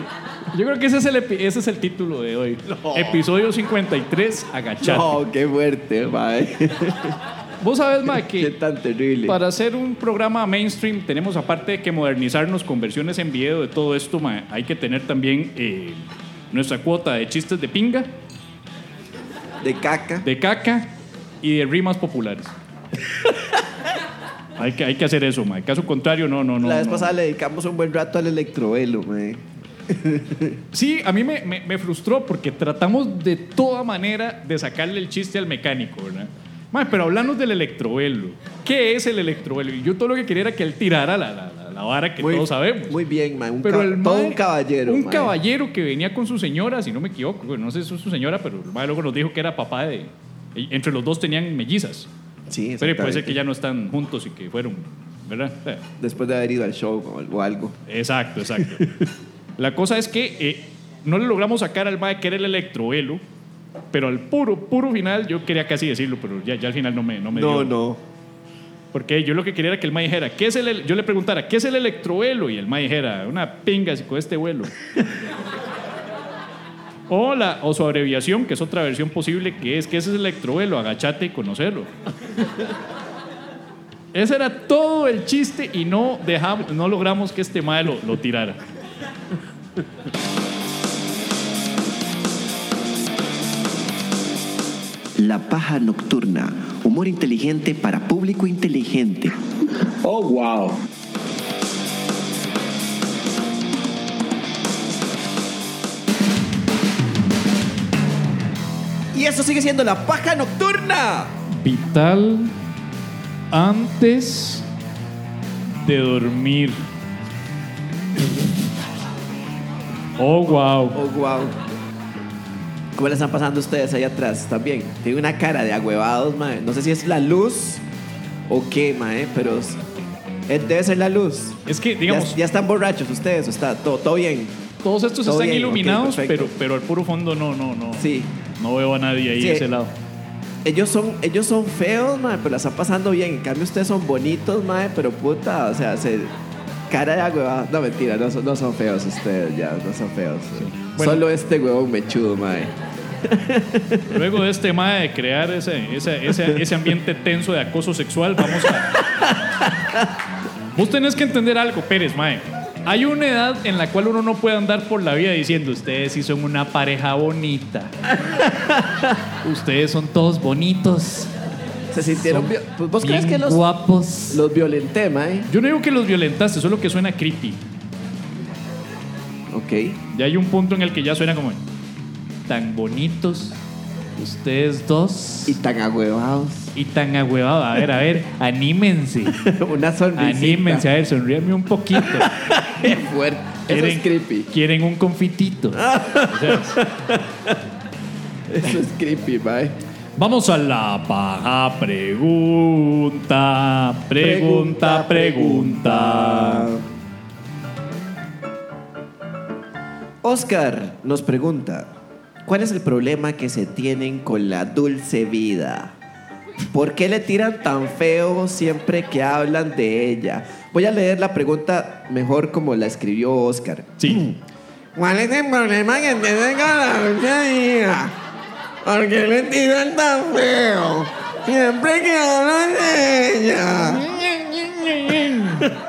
S1: Yo creo que ese es el, epi- ese es el título de hoy. Episodio 53, agachate.
S2: No, qué fuerte, mae.
S1: Vos sabés, Mike,
S2: Qué tan terrible.
S1: Para hacer un programa mainstream tenemos, aparte de que modernizarnos con versiones en video de todo esto, ma, hay que tener también eh, nuestra cuota de chistes de pinga,
S2: De caca.
S1: de caca y de rimas populares. hay, que, hay que hacer eso, ma. caso contrario, no, no, no.
S2: la vez
S1: no.
S2: pasada le dedicamos un buen rato al electrovelo, mae.
S1: Sí, a mí me, me- me frustró porque tratamos de toda manera de sacarle el chiste al mecánico, ¿verdad? Mae, pero hablanos del electrovelo. ¿Qué es el electrovelo? Y yo todo lo que quería era que él tirara la, la- la- la vara que
S2: Muy-
S1: todos sabemos.
S2: Muy bien, mae. Un
S1: Pero
S2: ca-
S1: el
S2: todo
S1: mae-
S2: un caballero.
S1: Un
S2: mae.
S1: caballero que venía con su señora, si no me equivoco, bueno, no sé si es su señora, pero el mae luego nos dijo que era papá de. y Entre los dos tenían mellizas.
S2: Sí,
S1: Pero puede ser
S2: exactamente.
S1: que ya no están juntos y que fueron, ¿verdad? O sea,
S2: Después de haber ido al show o algo- o algo.
S1: Exacto, exacto. La cosa es que eh, no le logramos sacar al mae que era el electroelo Pero al puro, puro final, yo quería casi decirlo, pero ya, ya al final no me, no me
S2: No,
S1: dio.
S2: no.
S1: Porque yo lo que quería era que el ma dijera, ¿qué es el, el-?" yo le preguntara, ¿qué es el electrovelo? Y el ma dijera, una pinga así con este vuelo. o, la, o su abreviación, que es otra versión posible, que es, ¿qué es el electrovelo? Agachate y conocelo. Ese era todo el chiste y no, dejamos, no logramos que este ma lo, lo tirara.
S4: La paja nocturna. Humor inteligente para público inteligente.
S5: Oh, wow.
S2: Y eso sigue siendo la paja nocturna.
S1: Vital antes de dormir. Oh, wow.
S2: Oh, wow. ¿Cómo le están pasando ustedes ahí atrás? También. Tiene una cara de agüevados, mae. No sé si es la luz o qué, mae, pero es- eh, debe ser la luz.
S1: Es que,
S2: Ya,
S1: digamos,
S2: ya están borrachos ustedes, o está todo, todo bien.
S1: todos estos
S2: todo
S1: están
S2: bien, ok,
S1: iluminados,
S2: perfecto.
S1: pero, pero al puro fondo no, no, no.
S2: Sí.
S1: No veo a nadie ahí
S2: Sí.
S1: de ese lado.
S2: Ellos son, ellos son feos, mae, pero la están pasando bien. En cambio, ustedes son bonitos, mae, pero puta, o sea, se- cara de agüevados. No, mentira, no son, no son feos ustedes, ya, no son feos.
S1: Bueno.
S2: Solo este huevón mechudo, mae.
S1: Luego de este tema de crear ese, ese, ese, ese ambiente tenso de acoso sexual, vamos a. Vos tenés que entender algo, Pérez, Mae. Hay una edad en la cual uno no puede andar por la vida diciendo, ustedes sí son una pareja bonita. ustedes son todos bonitos.
S2: Se sintieron.
S1: Son
S2: vio- pues, ¿Vos crees
S1: bien
S2: que los,
S1: guapos.
S2: los violenté, mae?
S1: Yo no digo que los violentaste, solo que suena creepy.
S2: Ok.
S1: Ya hay un punto en el que ya suena como tan bonitos ustedes dos
S2: Y tan agüevados.
S1: y tan agüevados. A ver, a ver, anímense.
S2: Una sonrisa.
S1: Anímense, a ver, sonríanme un poquito.
S2: Qué fuerte. Eso es creepy.
S1: Quieren un confitito. O sea,
S2: Eso es creepy, mae.
S1: vamos a la paja pregunta, pregunta, pregunta.
S2: Oscar nos pregunta: ¿Cuál es el problema que se tienen con la dulce vida? ¿Por qué le tiran tan feo siempre que hablan de ella? Voy a leer la pregunta mejor como la escribió Oscar.
S1: Sí.
S2: ¿Cuál es el problema que tiene con la dulce vida? ¿Por qué le tiran tan feo? Siempre que hablan de ella.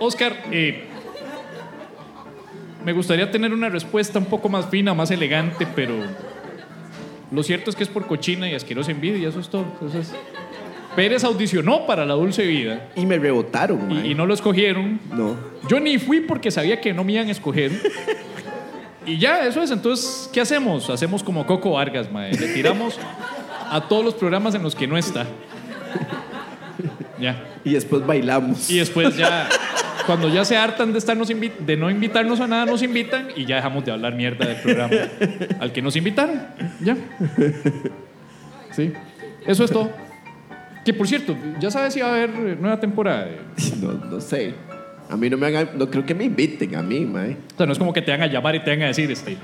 S1: Oscar, eh, me gustaría tener una respuesta un poco más fina, más elegante, pero lo cierto es que es por cochina y asquerosa envidia, eso es todo. Entonces, Pérez audicionó para la dulce vida
S2: Y me rebotaron,
S1: y,
S2: mae.
S1: y no lo escogieron.
S2: No.
S1: Yo ni fui porque sabía que no me iban a escoger. Y ya, eso es. Entonces, ¿qué hacemos? Hacemos como Coco Vargas, mae. Le tiramos a todos los programas en los que no está. Ya.
S2: Y después bailamos.
S1: Y después ya, cuando ya se hartan de, estarnos invi- de no invitarnos a nada, nos invitan y ya dejamos de hablar mierda del programa al que nos invitaron. Ya. Sí. Eso es todo. Que por cierto, ya sabes si va a haber eh, nueva temporada. eh.
S2: No, no sé. A mí no me hagan. No creo que me inviten a mí, mae.
S1: O sea, no es como que te van a llamar y te van a decir, este.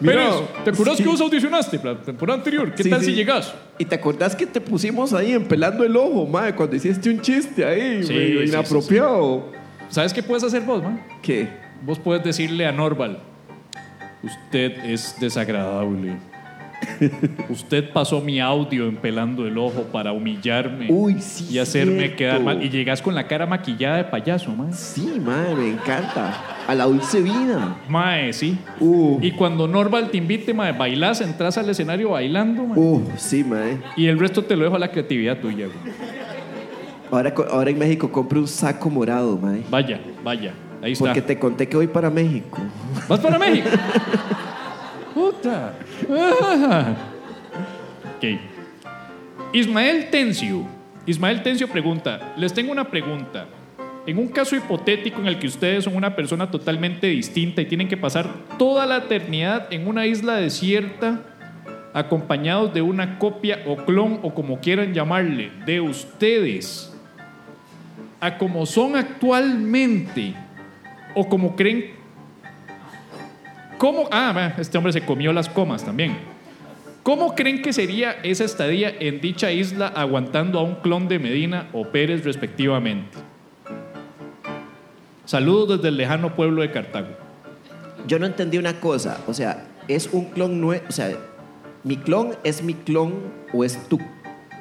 S1: Pero, ¿te acuerdas que vos audicionaste para la temporada anterior? ¿Qué
S2: Sí,
S1: tal
S2: sí.
S1: si llegas?
S2: ¿Y te acordás que te pusimos ahí empelando el ojo, mae? Cuando hiciste un chiste ahí,
S1: Sí,
S2: medio
S1: sí, sí,
S2: inapropiado.
S1: ¿Sabes qué puedes hacer vos, man?
S2: ¿Qué?
S1: Vos puedes decirle a Norval, usted es desagradable. usted pasó mi audio empelando el ojo para humillarme
S2: Uy, sí,
S1: y hacerme
S2: cierto.
S1: quedar mal. Y llegas con la cara maquillada de payaso, man.
S2: Sí, mae, me encanta. A la dulce vida.
S1: Mae, sí.
S2: Uh,
S1: Y cuando Norval te invite, mae, bailás, entras al escenario bailando, mae.
S2: uh, sí, mae.
S1: Y el resto te lo dejo a la creatividad tuya, güey.
S2: Ahora, co- ahora en México compré un saco morado, mae.
S1: Vaya, vaya. Ahí está.
S2: Porque te conté que voy para México.
S1: ¿Vas para México? Puta. Ah. Ok. Ismael Tencio. Ismael Tencio pregunta, les tengo una pregunta. En un caso hipotético en el que ustedes son una persona totalmente distinta y tienen que pasar toda la eternidad en una isla desierta acompañados de una copia o clon o como quieran llamarle de ustedes, a como son actualmente o como creen ¿Cómo? Ah, ma, este hombre se comió las comas también. ¿Cómo creen que sería esa estadía en dicha isla aguantando a un clon de Medina o Pérez respectivamente? Saludos desde el lejano pueblo de Cartago.
S2: Yo no entendí una cosa. O sea, es un clon nuevo. O sea, ¿mi clon es mi clon o es tú?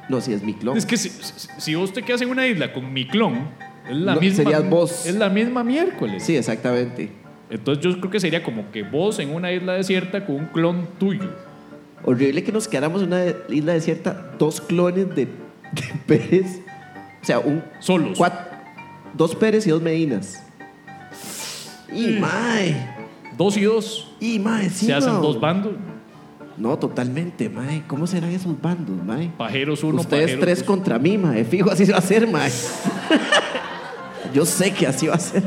S2: No, si es mi clon.
S1: Es que si, si- si vos te quedas en una isla con mi clon, es la
S2: No,
S1: misma.
S2: serías vos.
S1: Es la misma miércoles.
S2: Sí, exactamente.
S1: Entonces yo creo que sería como que vos en una isla desierta con un clon tuyo.
S2: Horrible que nos quedáramos en una de- isla desierta, dos clones de, de Pérez. O sea, un.
S1: Solos.
S2: cuat- dos Pérez y dos Medinas. Y mae.
S1: Dos y dos.
S2: Y mae, sí.
S1: Mm. se hacen
S2: no.
S1: dos bandos.
S2: No, totalmente, mae. ¿Cómo serán esos bandos, mae?
S1: Pajeros uno,
S2: Ustedes
S1: pajeros
S2: tres
S1: dos.
S2: contra mí, mae. Fijo, así se va a hacer, mae. Yo sé que así va a ser.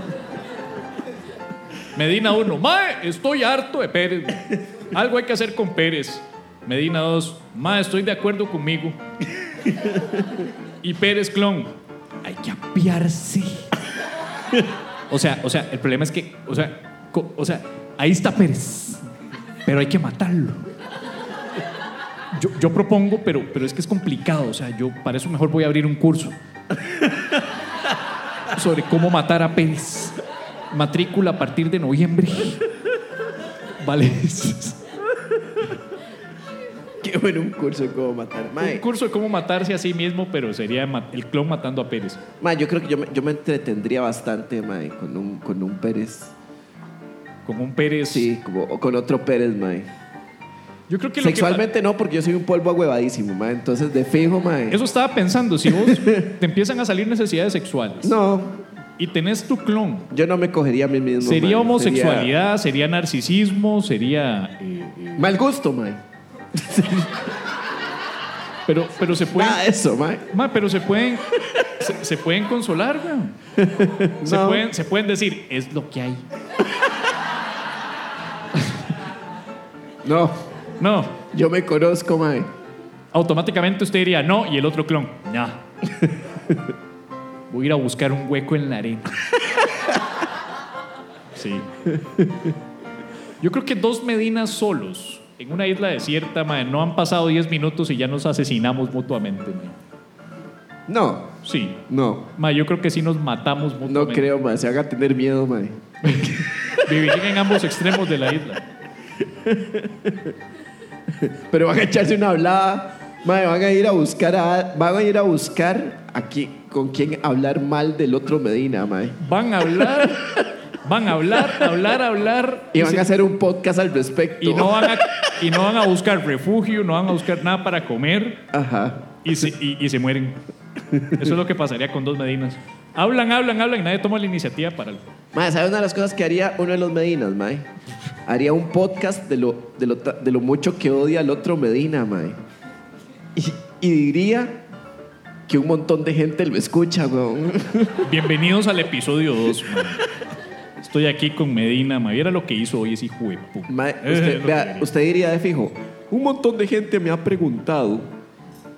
S1: Medina 1, Mae, estoy harto de Pérez. Algo hay que hacer con Pérez. Medina 2, Mae, estoy de acuerdo conmigo. Y Pérez clon, hay que apiarse. O sea, o sea, el problema es que, o sea, co- o sea, ahí está Pérez, pero hay que matarlo. Yo, yo propongo, pero, pero es que es complicado. O sea, yo para eso mejor voy a abrir un curso sobre cómo matar a Pérez. Matrícula a partir de noviembre. Vale.
S2: Qué bueno un curso de cómo matar,
S1: Un
S2: mae.
S1: curso de cómo matarse a sí mismo, pero sería ma- el clon matando a Pérez.
S2: Mae, yo creo que yo me, yo me entretendría bastante, mae, con un, con un Pérez.
S1: Con un Pérez.
S2: Sí, como, o con otro Pérez, mae.
S1: Yo creo que lo que-
S2: Sexualmente no, porque yo soy un polvo agüevadísimo, mae. Entonces, de fijo, mae.
S1: eso estaba pensando. Si vos te empiezan a salir necesidades sexuales
S2: No,
S1: y tenés tu clon,
S2: yo no me cogería a mí mismo. mae.
S1: sería homosexualidad, sería narcisismo, sería. eh, eh,
S2: Mal gusto, mae.
S1: pero, pero se pueden.
S2: Nada eh. de eso, mae.
S1: Ma, pero se pueden. Se, se pueden consolar, weón. Se,
S2: No.
S1: pueden, se pueden decir, es lo que hay.
S2: No,
S1: No,
S2: yo me conozco, mae.
S1: automáticamente usted diría no y el otro clon, no. Voy a ir a buscar un hueco en la arena. Sí. Yo creo que dos Medinas solos en una isla desierta, mae, no han pasado 10 minutos y ya nos asesinamos mutuamente. mae.
S2: No,
S1: Sí.
S2: no.
S1: Mae, yo creo que sí nos matamos
S2: No
S1: mutuamente.
S2: creo, mae. Se haga tener miedo, mae.
S1: Vivirían en ambos extremos de la isla.
S2: Pero van a echarse una hablada. Mae, van a ir a buscar a. Van a ir a buscar a qui- con quién hablar mal del otro Medina, mae.
S1: Van a hablar, van a hablar, hablar, hablar.
S2: Y van
S1: se-
S2: a hacer un podcast al respecto.
S1: y no van a, y no van a buscar refugio, no van a buscar nada para comer.
S2: Ajá.
S1: y se, y- y se mueren. Eso es lo que pasaría con dos Medinas. Hablan, hablan, hablan y nadie toma la iniciativa para algo.
S2: Mae, ¿sabes una de las cosas que haría uno de los Medinas, mae? Haría un podcast de lo, de lo, ta- de lo mucho que odia al otro Medina, mae. Y, y diría que un montón de gente lo escucha, weón.
S1: Bienvenidos al episodio 2. Estoy aquí con Medina. Me viera lo que hizo hoy ese hijo de puta.
S2: Mae,
S1: Eh,
S2: usted,
S1: lo que
S2: vea,
S1: quería.
S2: usted diría de fijo, un montón de gente me ha preguntado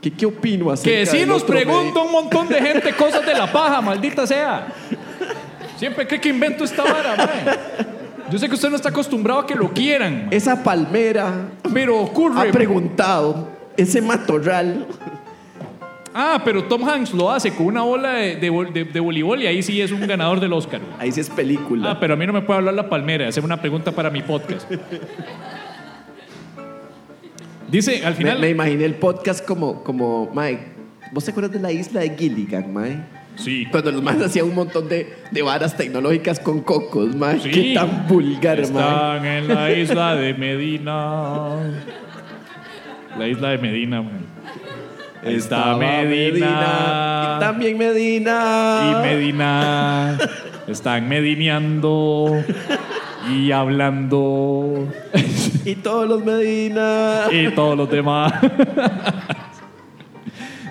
S2: que qué opino acerca
S1: que sí
S2: del
S1: nos
S2: otro
S1: pregunta un montón de gente cosas de la paja, maldita sea. Siempre cree que invento esta vara, mae. Yo sé que usted no está acostumbrado a que lo quieran,
S2: medio.
S1: mae,
S2: Esa palmera
S1: pero ocurre.
S2: ha preguntado, ese matorral.
S1: Ah, pero Tom Hanks lo hace con una bola de, de vol- de- de voleibol y ahí sí es un ganador del Oscar. güey.
S2: Ahí sí es película.
S1: Ah, pero a mí no me puede hablar la palmera, hacer una pregunta para mi podcast. Dice, al
S2: Me-
S1: final.
S2: Me, imaginé el podcast como, como, Mike, ¿vos te acuerdas de la isla de Gilligan, Mike?
S1: Sí.
S2: Cuando los más hacían un montón de, de varas tecnológicas con cocos, Mike.
S1: sí.
S2: Qué tan vulgar, Mike.
S1: Están en la isla de Medina. La isla de Medina, güey. Ahí Está
S2: Estaba Y
S1: Medina.
S2: también
S1: Y
S2: Medina.
S1: Medina. Están medineando. Y hablando.
S2: Y todos los Medina.
S1: y todos los demás.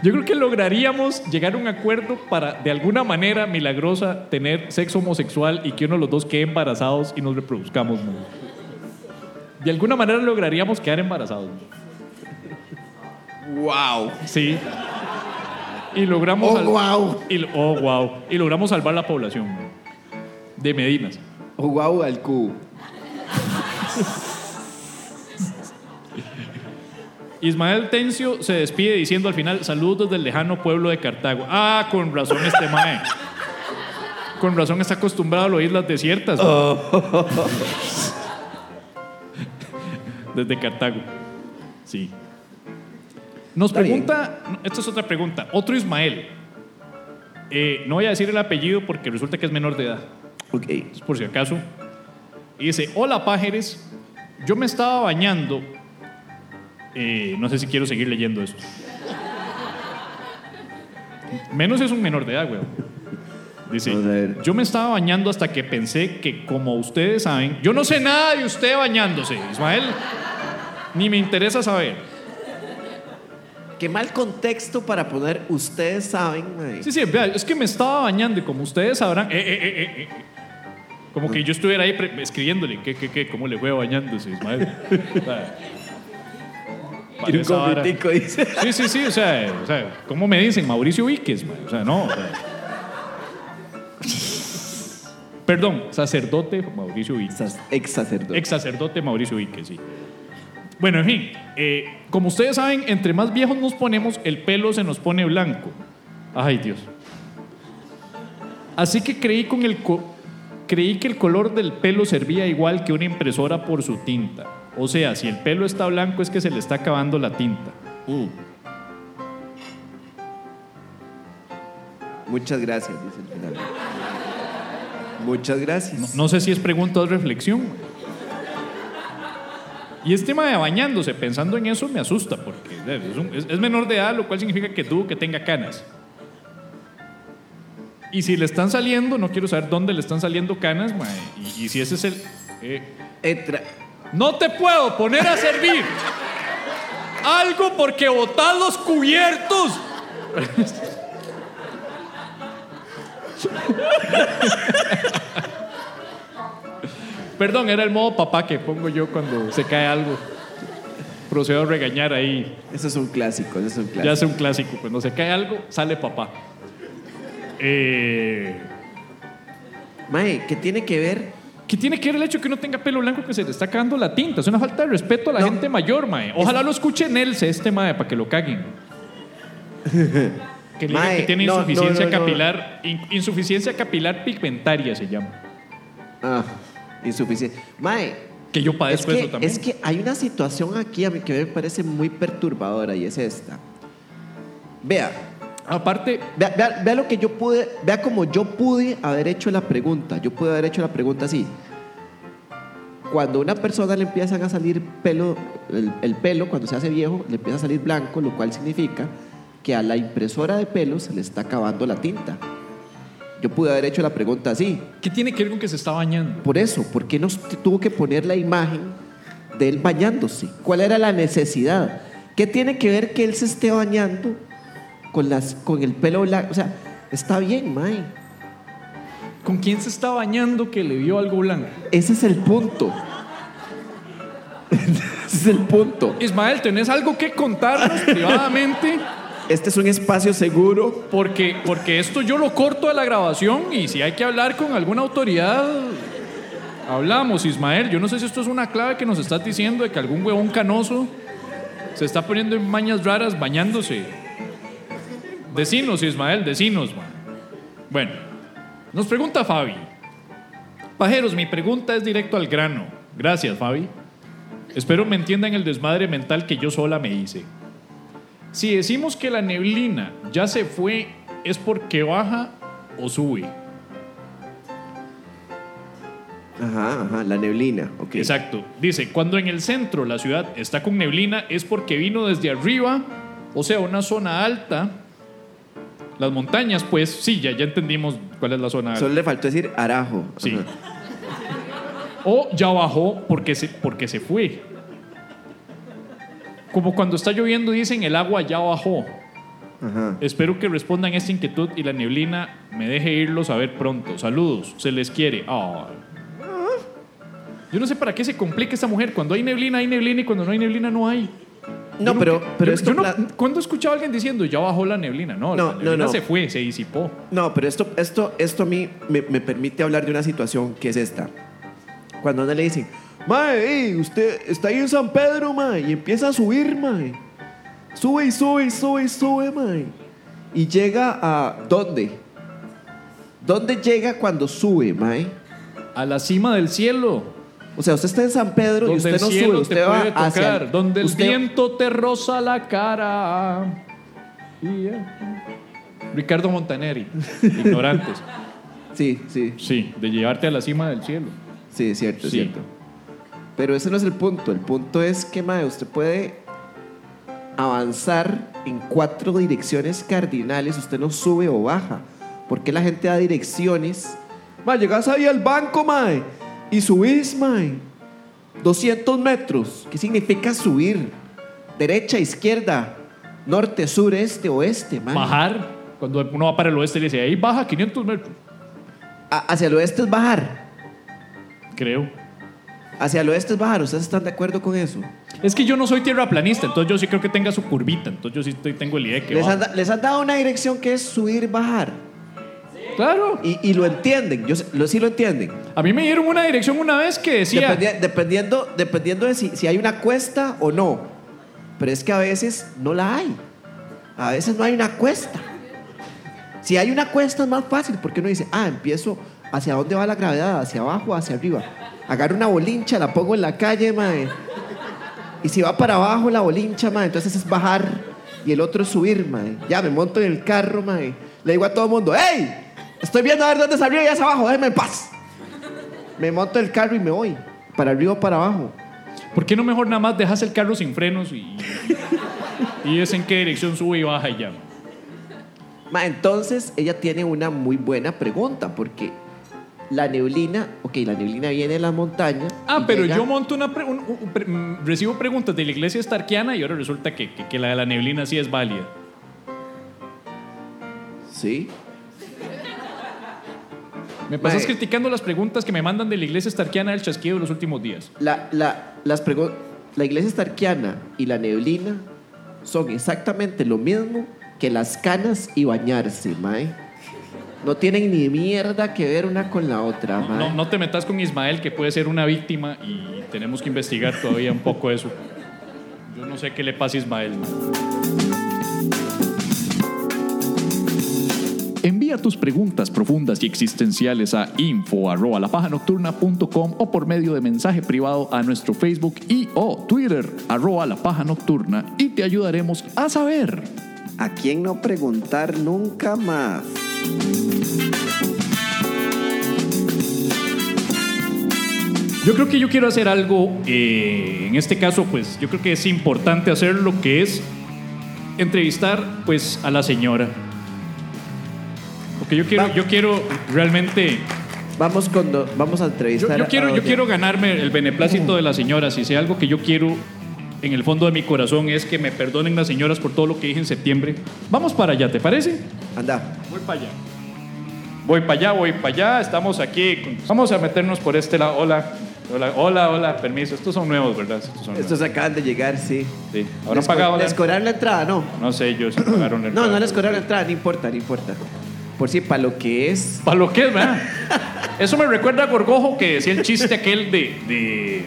S1: Yo creo que lograríamos llegar a un acuerdo para, de alguna manera milagrosa, tener sexo homosexual y que uno de los dos quede embarazados y nos reproduzcamos. ¿no? De alguna manera lograríamos quedar embarazados. ¿no?
S2: ¡Wow!
S1: Sí. Y logramos.
S2: ¡Oh,
S1: sal-
S2: wow!
S1: y lo- oh, wow. Y logramos salvar la población ¿no? de Medinas.
S2: ¡Oh, wow! Al cubo.
S1: Ismael Tencio se despide diciendo al final, saludos desde el lejano pueblo de Cartago. Ah, con razón este mae. Con razón está acostumbrado a las islas desiertas. mae.
S2: Oh.
S1: Desde Cartago. Sí. Nos
S2: Está bien.
S1: pregunta, no, esta es otra pregunta, otro Ismael. Eh, no voy a decir el apellido porque resulta que es menor de edad
S2: Ok.
S1: es por si acaso. Y dice, hola pájeres, yo me estaba bañando. Eh, no sé si quiero seguir leyendo esto. Menos es un menor de edad, weón. Dice,
S2: Vamos a ver.
S1: yo me estaba bañando hasta que pensé que, como ustedes saben, yo no sé nada de usted bañándose, Ismael. Ni me interesa saber.
S2: Qué mal contexto para poner ustedes saben, mae.
S1: Sí, sí, vea, es que me estaba bañando y como ustedes sabrán, eh, eh, eh, eh, eh, como que yo estuviera ahí pre- escribiéndole, ¿qué, qué, qué? ¿Cómo le fue bañándose, Ismael? O sea, para
S2: Y un
S1: esa vara.
S2: comitico dice.
S1: Sí, sí, sí, o sea, o sea, ¿cómo me dicen Mauricio Víquez? mae? O sea, no. o sea. Perdón, sacerdote Mauricio Víquez.
S2: Sas- Ex sacerdote.
S1: Ex sacerdote Mauricio Víquez, sí. Bueno, en fin, eh, como ustedes saben, entre más viejos nos ponemos, el pelo se nos pone blanco. Ay, Dios. Así que creí con el co- creí que el color del pelo servía igual que una impresora por su tinta. O sea, si el pelo está blanco es que se le está acabando la tinta.
S2: Mm. Muchas gracias, dice el final. Muchas gracias.
S1: No sé si es pregunta o es reflexión. Y este tema de bañándose, pensando en eso, me asusta, porque es, un- es- es menor de edad, lo cual significa que tú que tenga canas. Y si le están saliendo, no quiero saber dónde le están saliendo canas, mae, Y, y si ese es el... eh,
S2: Entra.
S1: no te puedo poner a servir algo porque botás los cubiertos. Perdón, era el modo papá que pongo yo cuando se cae algo. Procedo a regañar ahí.
S2: Eso es un clásico, eso es un clásico.
S1: Ya es un clásico. Cuando se cae algo, sale papá. Eh,
S2: Mae, ¿qué tiene que ver?
S1: ¿Qué tiene que ver el hecho que uno tenga pelo blanco que se le está cagando la tinta? Es una falta de respeto a la
S2: No.
S1: gente mayor, mae. Ojalá lo escuche Nelce este mae para que lo caguen. que le diga
S2: Mae,
S1: que tiene
S2: no, no,
S1: insuficiencia
S2: no, no.
S1: capilar, in- insuficiencia capilar pigmentaria se llama.
S2: Ah, insuficiente. Mae,
S1: Que yo
S2: es
S1: padezco
S2: que,
S1: eso también.
S2: es que hay una situación aquí a mí que me parece muy perturbadora y es esta. Vea,
S1: Aparte,
S2: Vea, vea- vea lo que yo pude, vea como yo pude haber hecho la pregunta. Yo pude haber hecho la pregunta así. Cuando a una persona le empiezan a salir pelo, el, el pelo, cuando se hace viejo, le empieza a salir blanco, lo cual significa que a la impresora de pelo se le está acabando la tinta. Yo pude haber hecho la pregunta así.
S1: ¿qué tiene que ver con que se está bañando?
S2: Por eso, ¿por qué nos t- tuvo que poner la imagen de él bañándose? ¿Cuál era la necesidad? ¿Qué tiene que ver que él se esté bañando con, las, con el pelo blanco? O sea, está bien, Mae.
S1: ¿Con quién se está bañando que le vio algo blanco?
S2: Ese es el punto. Ese es el punto.
S1: Ismael, ¿tenés algo que contarnos privadamente?
S2: Este es un espacio seguro.
S1: Porque, porque esto yo lo corto de la grabación y si hay que hablar con alguna autoridad, hablamos, Ismael. Yo no sé si esto es una clave que nos estás diciendo de que algún huevón canoso se está poniendo en mañas raras bañándose. Decinos, Ismael, decinos, man. Bueno, nos pregunta Fabi. Pajeros, mi pregunta es directo al grano. Gracias, Fabi. Espero me entiendan el desmadre mental que yo sola me hice. Si decimos que la neblina ya se fue, ¿es porque baja o sube?
S2: Ajá, ajá, la neblina. ok.
S1: Exacto. Dice, cuando en el centro la ciudad está con neblina, es porque vino desde arriba, o sea, una zona alta. Las montañas, pues, sí, ya, ya entendimos cuál es la zona alta.
S2: Solo le faltó decir arajo.
S1: Sí.
S2: Ajá.
S1: O ya bajó porque se, porque se fue. Como cuando está lloviendo dicen el agua ya bajó.
S2: Ajá.
S1: Espero que respondan esta inquietud y la neblina me deje irlos a ver pronto. Saludos, se les quiere. Ah. Yo no sé para qué se complica esta mujer. Cuando hay neblina, hay neblina y cuando no hay neblina, no hay.
S2: No, pero, pero
S1: Yo-
S2: esto
S1: yo no-
S2: pla-
S1: ¿Cuándo he escuchado a alguien diciendo ya bajó la neblina? No,
S2: No,
S1: la
S2: no,
S1: neblina
S2: no.
S1: se fue, se disipó.
S2: No, pero esto, esto, esto a mí me, me permite hablar de una situación que es esta. Cuando a uno le dicen,
S5: Mae, ey, usted está ahí en San Pedro, mae, y empieza a subir, mae. Sube y sube y sube y sube, mae.
S2: Y llega a. ¿Dónde? ¿Dónde llega cuando sube, mae?
S1: A la cima del cielo.
S2: O sea, usted está en San Pedro y
S1: Donde
S2: usted
S1: el
S2: no
S1: cielo
S2: sube,
S1: te
S2: usted va
S1: puede tocar.
S2: hacia.
S1: donde el
S2: usted-
S1: viento te roza la cara. Y ya. Ricardo Montaneri. Ignorantes.
S2: Sí, sí,
S1: Sí, de llevarte a la cima del cielo.
S2: sí, es cierto, es
S1: Sí.
S2: cierto. Pero ese no es el punto. El punto es que, mae, usted puede avanzar en cuatro direcciones cardinales. Usted no sube o baja. Porque la gente da direcciones
S5: Mae, llegas ahí al banco, mae, y subís, mae.
S2: 200 metros. ¿Qué significa subir? Derecha, izquierda, norte, sur, este, oeste, man.
S1: Bajar. Cuando uno va para el oeste, le dice, ahí baja 500 metros.
S2: A- hacia el oeste es bajar.
S1: Creo.
S2: Hacia el oeste es bajar. ¿Ustedes están de acuerdo con eso?
S1: Es que yo no soy tierraplanista, entonces yo sí creo que tenga su curvita. Entonces yo sí estoy- tengo el idea de que
S2: Les
S1: baja.
S2: han, da- les han dado una dirección que es subir, bajar.
S1: Claro.
S2: Y, y lo entienden. Yo sé- lo, sí lo entienden.
S1: A mí me dieron una dirección una vez que decía...
S2: Dependi- dependiendo, dependiendo de si, si hay una cuesta o no. Pero es que a veces no la hay. A veces no hay una cuesta. Si hay una cuesta es más fácil porque uno dice, ah, empiezo hacia dónde va la gravedad, hacia abajo, hacia arriba. Agarro una bolincha, la pongo en la calle, mae. Y si va para abajo la bolincha, mae, entonces es bajar y el otro es subir, mae. Ya me monto en el carro, mae. Le digo a todo el mundo, ¡Ey! Estoy viendo a ver dónde es arriba y es abajo, déjenme en paz. Me monto el carro y me voy. Para arriba o para abajo.
S1: ¿Por qué no mejor nada más dejas el carro sin frenos y, y es en qué dirección sube y baja y ya?
S2: Ma, entonces ella tiene una muy buena pregunta porque la neblina, ok, la neblina viene de la montaña.
S1: Ah,
S2: y
S1: pero
S2: llega-
S1: yo monto una pre- un- un- pre- mm, recibo preguntas de la iglesia estarquiana y ahora resulta que, que- que la de la neblina sí es válida.
S2: Sí.
S1: Me pasas
S2: Mae.
S1: criticando las preguntas que me mandan de la iglesia estarquiana del chasquido de los últimos días.
S2: La, la, las prego- la iglesia estarquiana y la neblina son exactamente lo mismo que las canas y bañarse, mae. No tienen ni mierda que ver una con la otra, mae.
S1: No, no te metas con Ismael, que puede ser una víctima y tenemos que investigar todavía un poco eso. Yo no sé qué le pasa a Ismael.
S6: Envía tus preguntas profundas y existenciales a info@lapajanocturna.com o por medio de mensaje privado a nuestro Facebook y o Twitter arroba la paja nocturna y te ayudaremos a saber.
S4: ¿A quién no preguntar nunca más?
S1: Yo creo que yo quiero hacer algo, eh, en este caso, pues yo creo que es importante hacer lo que es entrevistar pues a la señora. Porque yo quiero,
S2: Va.
S1: yo quiero realmente,
S2: Vamos, con do- vamos a entrevistar
S1: yo, yo
S2: a- a
S1: quiero, yo
S2: doña-
S1: quiero ganarme el beneplácito de la señora. Si sea algo que yo quiero en el fondo de mi corazón es que me perdonen las señoras por todo lo que dije en septiembre. Vamos para allá, ¿te parece?
S2: Anda.
S1: Voy para allá. Voy para allá, voy para allá. Estamos aquí. con- Vamos a meternos por este lado. Hola. Hola, hola, hola, permiso. Estos son nuevos, ¿verdad? Estos son
S2: Estos acaban de llegar, sí.
S1: nuevos. Sí. Ahora
S2: Les co-
S1: pagado.
S2: Les cobraron la entrada, no.
S1: No sé, yo si pagaron la
S2: No,
S1: entrada.
S2: no les cobraron la entrada, no importa, no importa. Por si para lo que es.
S1: ¿Para lo que es, verdad? Eso me recuerda a Gorgojo que decía el chiste aquel de. de-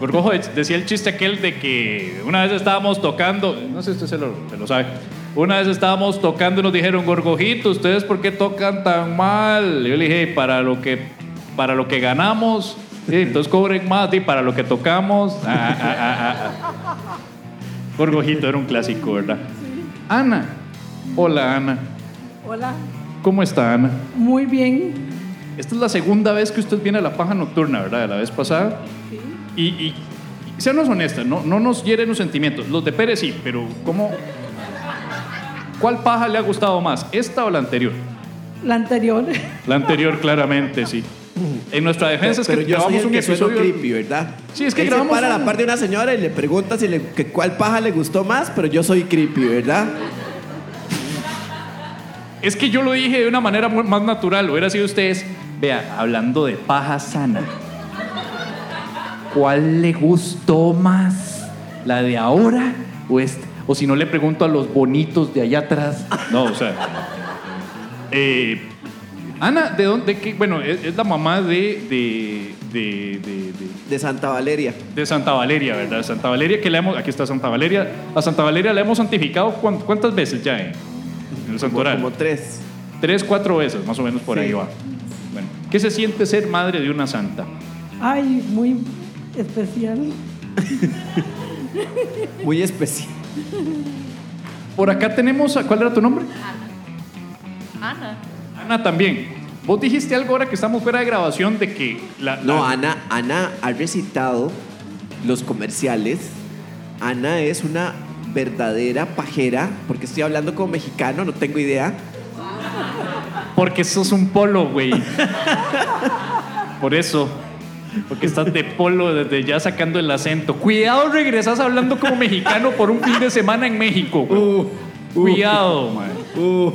S1: Gorgojo de- decía el chiste aquel de que una vez estábamos tocando. No sé si usted se lo, se lo sabe. Una vez estábamos tocando y nos dijeron, Gorgojito, ¿ustedes por qué tocan tan mal? Yo le dije, para lo que, para lo que ganamos. sí, entonces cobren más, y para lo que tocamos. Ah, ah, ah, ah, ah. Gorgojito era un clásico, ¿verdad? Ana. Hola, Ana.
S7: Hola,
S1: ¿Cómo está, Ana?
S7: muy bien.
S1: Esta es la segunda vez que usted viene a la paja nocturna, ¿verdad? La vez pasada. Y, y, y seanos honestas, no, no nos hieren los sentimientos. Los de Pérez sí, pero ¿cómo? ¿Cuál paja le ha gustado más? ¿Esta o la anterior?
S7: La anterior,
S1: La anterior, claramente, sí. En nuestra defensa es que
S2: Pero yo soy
S1: grabamos
S2: el
S1: un
S2: que suena
S1: episodio.
S2: creepy, ¿verdad?
S1: Sí, es que
S2: Él
S1: grabamos
S2: Se para a
S1: un-
S2: la parte de una señora y le pregunta si le, que cuál paja le gustó más, pero yo soy creepy, ¿verdad?
S1: Es que yo lo dije de una manera mu- más natural. Hubiera sido ustedes, vea, hablando de
S3: Paja sana. ¿Cuál le gustó más? ¿La de ahora? ¿O, es-
S1: este?
S3: o si no le pregunto a los bonitos de allá atrás?
S1: No, o sea. eh, Ana, ¿de dónde? qué? Bueno, es, es la mamá de, de, de- de- de,
S2: De Santa Valeria.
S1: de Santa Valeria, ¿verdad? Santa Valeria que le hemos, aquí está Santa Valeria, a Santa Valeria la hemos santificado cuán- cuántas veces ya en, en el santoral.
S2: Como tres.
S1: Tres, cuatro veces, más o menos por
S2: Sí.
S1: ahí va. Bueno, ¿qué se siente ser madre de una santa?
S7: Ay, muy especial.
S2: Muy especial.
S1: Por acá tenemos, a- ¿cuál era tu nombre?
S8: Ana.
S1: Ana también. Vos dijiste algo ahora que estamos fuera de grabación de que la,
S2: No,
S1: la-
S2: Ana, Ana ha recitado los comerciales. Ana es una verdadera pajera, porque estoy hablando como mexicano, no tengo idea.
S1: porque sos un polo, güey. Por eso. Porque estás de polo desde ya sacando el acento. Cuidado, regresas hablando como mexicano por un fin de semana en México. güey.
S2: Uh,
S1: Cuidado, man.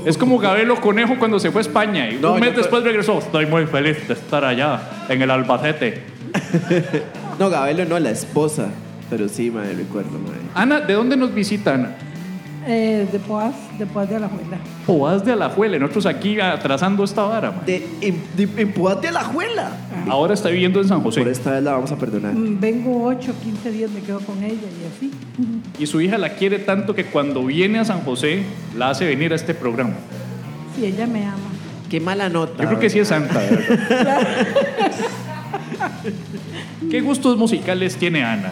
S1: es como Gabelo Conejo cuando se fue a España y un
S2: No,
S1: mes
S2: yo creo-
S1: después regresó. Estoy muy feliz de estar allá, en el Albacete.
S2: No, Gabelo no, la esposa. Pero sí, madre, recuerdo, madre.
S1: Ana, ¿de dónde nos visitan?
S7: Eh, de Poas, de Poas de la Juela.
S1: Poás de Alajuela, nosotros aquí atrasando esta vara, man.
S2: De, em, de, de Empújate a la juela.
S1: Ahora está viviendo en San José.
S2: Por esta vez la vamos a perdonar.
S7: Mm, Vengo 8, 15 días, me quedo con ella y así.
S1: Y su hija la quiere tanto que cuando viene a San José la hace venir a este programa.
S7: Si ella me ama.
S2: Qué mala nota.
S1: Yo creo que sí es santa, de verdad. ¿Qué gustos musicales tiene Ana?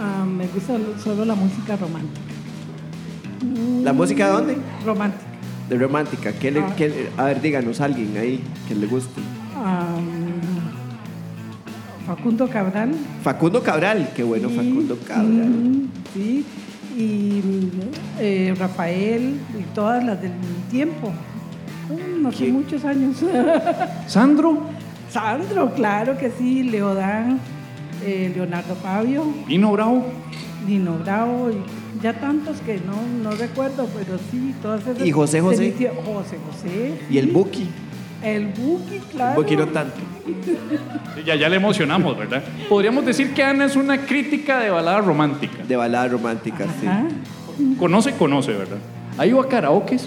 S7: Ah, me gusta lo- solo la música romántica.
S2: ¿La música de dónde?
S7: Romántica.
S2: De romántica. ¿Qué le- qué le- a ver, díganos alguien ahí que le guste.
S7: Ah, Facundo Cabral.
S2: Facundo Cabral. Qué bueno,
S7: Y-
S2: Facundo Cabral.
S7: mm, Sí. Y mm, eh, Rafael y todas las del tiempo. Mm, hace
S2: ¿Qué?
S7: muchos años.
S1: Sandro
S7: Sandro, claro que sí. Leodán, eh, Leonardo Fabio,
S1: Nino Bravo.
S7: Nino Bravo. y ya tantos que no, no recuerdo, pero sí, todas esas.
S2: ¿Y José
S7: de
S2: José?
S7: mi tía- José José.
S2: Y el Buki.
S7: El Buki,
S2: El
S7: claro.
S2: Buki no tanto.
S1: Ya, ya le emocionamos, ¿verdad? Podríamos decir que Ana es una crítica de balada romántica.
S2: De balada romántica, sí.
S7: Ah,
S1: Conoce, conoce, ¿verdad?
S3: ¿Ha ido a karaokes?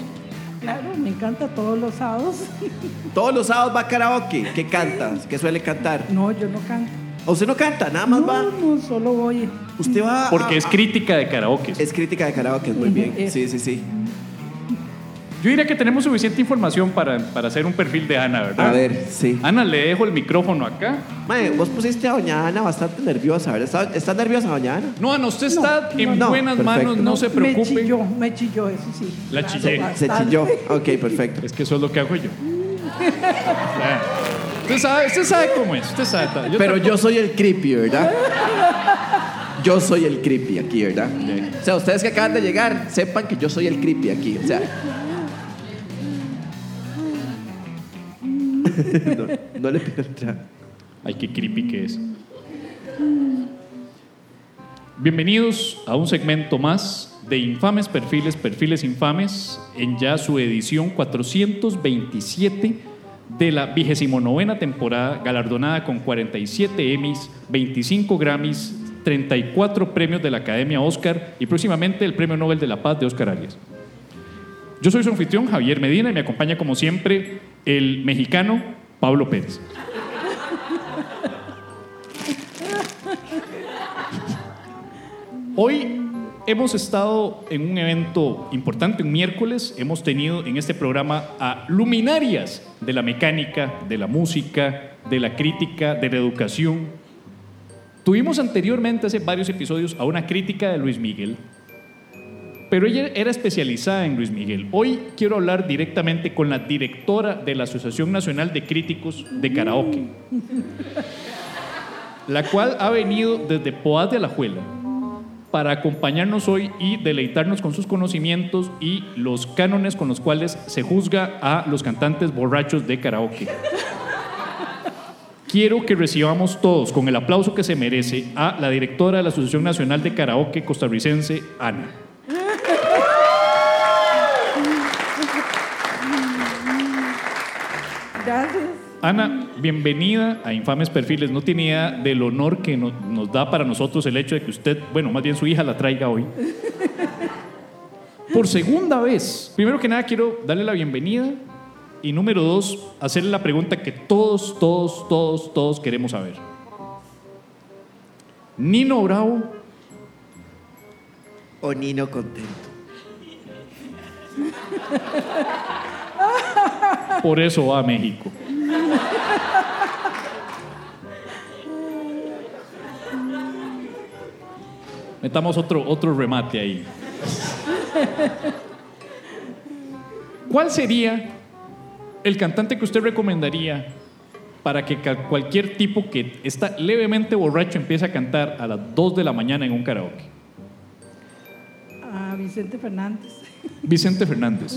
S7: Claro, me encanta todos los sábados.
S2: Todos los sábados va a karaoke. ¿Qué cantas? ¿Qué suele cantar?
S7: No, yo no canto.
S2: ¿O Usted no canta, nada Ah, más
S7: no,
S2: va.
S7: no, solo voy.
S2: Usted va. a-
S1: Porque es
S2: a-
S1: crítica de karaoke.
S2: es crítica de karaoke, muy
S7: Ujú,
S2: bien.
S7: es.
S2: Sí, sí, sí.
S1: Yo diría que tenemos suficiente información para, para hacer un perfil de Ana, ¿verdad?
S2: A ver, sí.
S1: Ana, le dejo el micrófono acá.
S2: Mae, vos pusiste a Doña Ana bastante nerviosa, ¿verdad? ¿Está, está nerviosa, Doña Ana?
S1: No, Ana, usted está en
S2: no,
S1: buenas manos,
S2: perfecto.
S1: no, se preocupe.
S7: Me chilló, me chilló, eso sí.
S1: La chillé.
S2: Se
S7: bastante.
S2: chilló. Ok, perfecto.
S1: Es que eso es lo que hago yo. Ya. usted, sabe, usted sabe cómo es, usted sabe. Yo
S2: Pero
S1: tampoco-
S2: yo soy el creepy, ¿verdad? Yo soy el creepy aquí, ¿verdad? O sea, ustedes que acaban de llegar, sepan que yo soy el creepy aquí. O sea. no, no le pido entrar.
S1: Ay, qué creepy que es. Bienvenidos a un segmento más de Infames Perfiles, Perfiles Infames, en ya su edición 427 de la vigésimo novena temporada, galardonada con 47 Emmys, 25 Grammys, 34 premios de la Academia Oscar y próximamente el Premio Nobel de la Paz de Oscar Arias. Yo soy su anfitrión, Javier Medina, y me acompaña como siempre el mexicano Pablo Pérez. Hoy hemos estado en un evento importante, un miércoles. Hemos tenido en este programa a luminarias de la mecánica, de la música, de la crítica, de la educación. Tuvimos anteriormente, hace varios episodios, a una crítica de Luis Miguel, pero ella era especializada en Luis Miguel. Hoy quiero hablar directamente con la directora de la Asociación Nacional de Críticos de Karaoke, la cual ha venido desde Poás de Alajuela para acompañarnos hoy y deleitarnos con sus conocimientos y los cánones con los cuales se juzga a los cantantes borrachos de karaoke. Quiero que recibamos todos con el aplauso que se merece a la directora de la Asociación Nacional de Karaoke Costarricense, Ana.
S7: Gracias.
S1: Ana, bienvenida a Infames Perfiles. No tiene idea del honor que no- nos da para nosotros el hecho de que usted, bueno, más bien su hija la traiga hoy. Por segunda vez. Primero que nada, quiero darle la bienvenida Y número dos, hacerle la pregunta que todos, todos, todos, todos queremos saber. Nino Bravo
S9: O Nino contento.
S1: Por eso va a México. Metamos otro, otro remate ahí. ¿Cuál sería el cantante que usted recomendaría para que ca- cualquier tipo que está levemente borracho empiece a cantar a las 2 de la mañana en un karaoke?
S7: A Vicente Fernández.
S1: Vicente Fernández.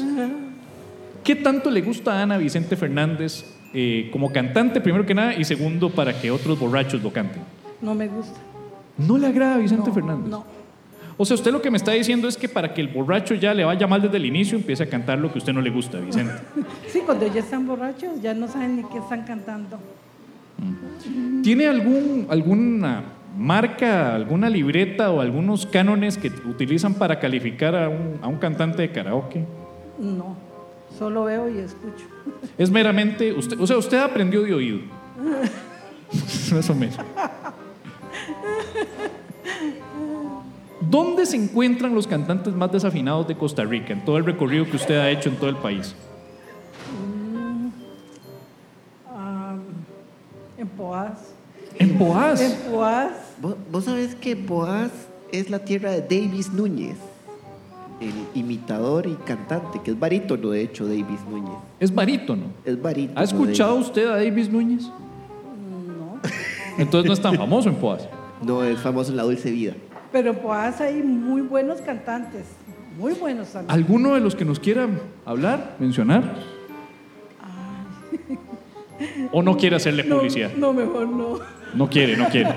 S1: ¿Qué tanto le gusta a Ana Vicente Fernández eh, como cantante, primero que nada, y segundo, para que otros borrachos lo canten?
S7: No me gusta.
S1: ¿No le agrada a Vicente Fernández?
S7: No.
S1: O sea, usted lo que me está diciendo es que para que el borracho ya le vaya mal desde el inicio, empiece a cantar lo que a usted no le gusta, Vicente.
S7: Sí, cuando ya están borrachos, ya no saben ni qué están cantando.
S1: ¿Tiene algún, alguna marca, alguna libreta o algunos cánones que utilizan para calificar a un, a un cantante de karaoke?
S7: No. Solo veo y escucho.
S1: Es meramente, usted, o sea, usted aprendió de oído. Más o menos. ¿Dónde se encuentran los cantantes más desafinados de Costa Rica en todo el recorrido que usted ha hecho en todo el país?
S7: Ah, en Poás.
S1: En Poás.
S7: En Poás.
S9: ¿Vos, vos sabés que Boaz es la tierra de Davis Núñez, el imitador y cantante, que es barítono, de hecho, Davis Núñez.
S1: Es barítono.
S9: Es barítono.
S1: ¿Ha escuchado
S9: Davis.
S1: usted a Davis Núñez? No. Entonces no es tan famoso en Poás.
S9: No, es famoso en La Dulce Vida.
S7: Pero en Poás hay muy buenos cantantes. Muy buenos también.
S1: ¿Alguno de los que nos quiera hablar, mencionar? ¿O no quiere hacerle
S7: No,
S1: publicidad?
S7: no, mejor no.
S1: No quiere, no quiere.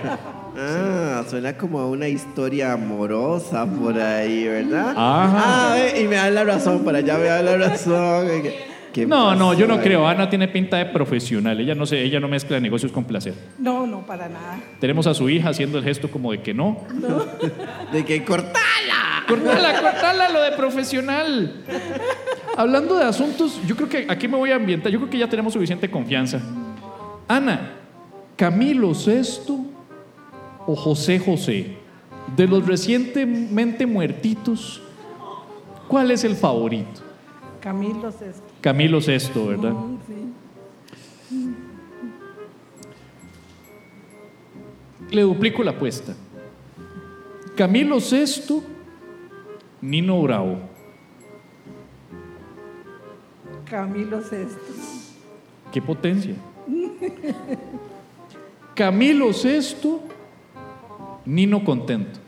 S9: Ah, suena como a una historia amorosa por ahí, ¿verdad?
S1: Ajá.
S9: Ah, eh, y me da la razón, para allá me da la razón. ¿Qué- qué
S1: No, no,
S9: pasó
S1: yo no
S9: ahí?
S1: creo. Ana tiene pinta de profesional. Ella no se, ella no mezcla negocios con placer.
S7: No, no, para nada.
S1: Tenemos a su hija haciendo el gesto como de que no.
S9: De que cortar.
S1: Cortala, cortala lo de profesional. Hablando de asuntos, yo creo que aquí me voy a ambientar. Yo creo que ya tenemos suficiente confianza. Ana, Camilo Sesto o José José, de los recientemente muertitos, ¿cuál es el favorito?
S7: Camilo Sesto.
S1: Camilo Sesto, ¿verdad?
S7: Mm, sí.
S1: Le duplico la apuesta. Camilo Sesto, Nino Bravo.
S7: Camilo Sesto.
S1: Qué potencia. Camilo Sesto, Nino Contento.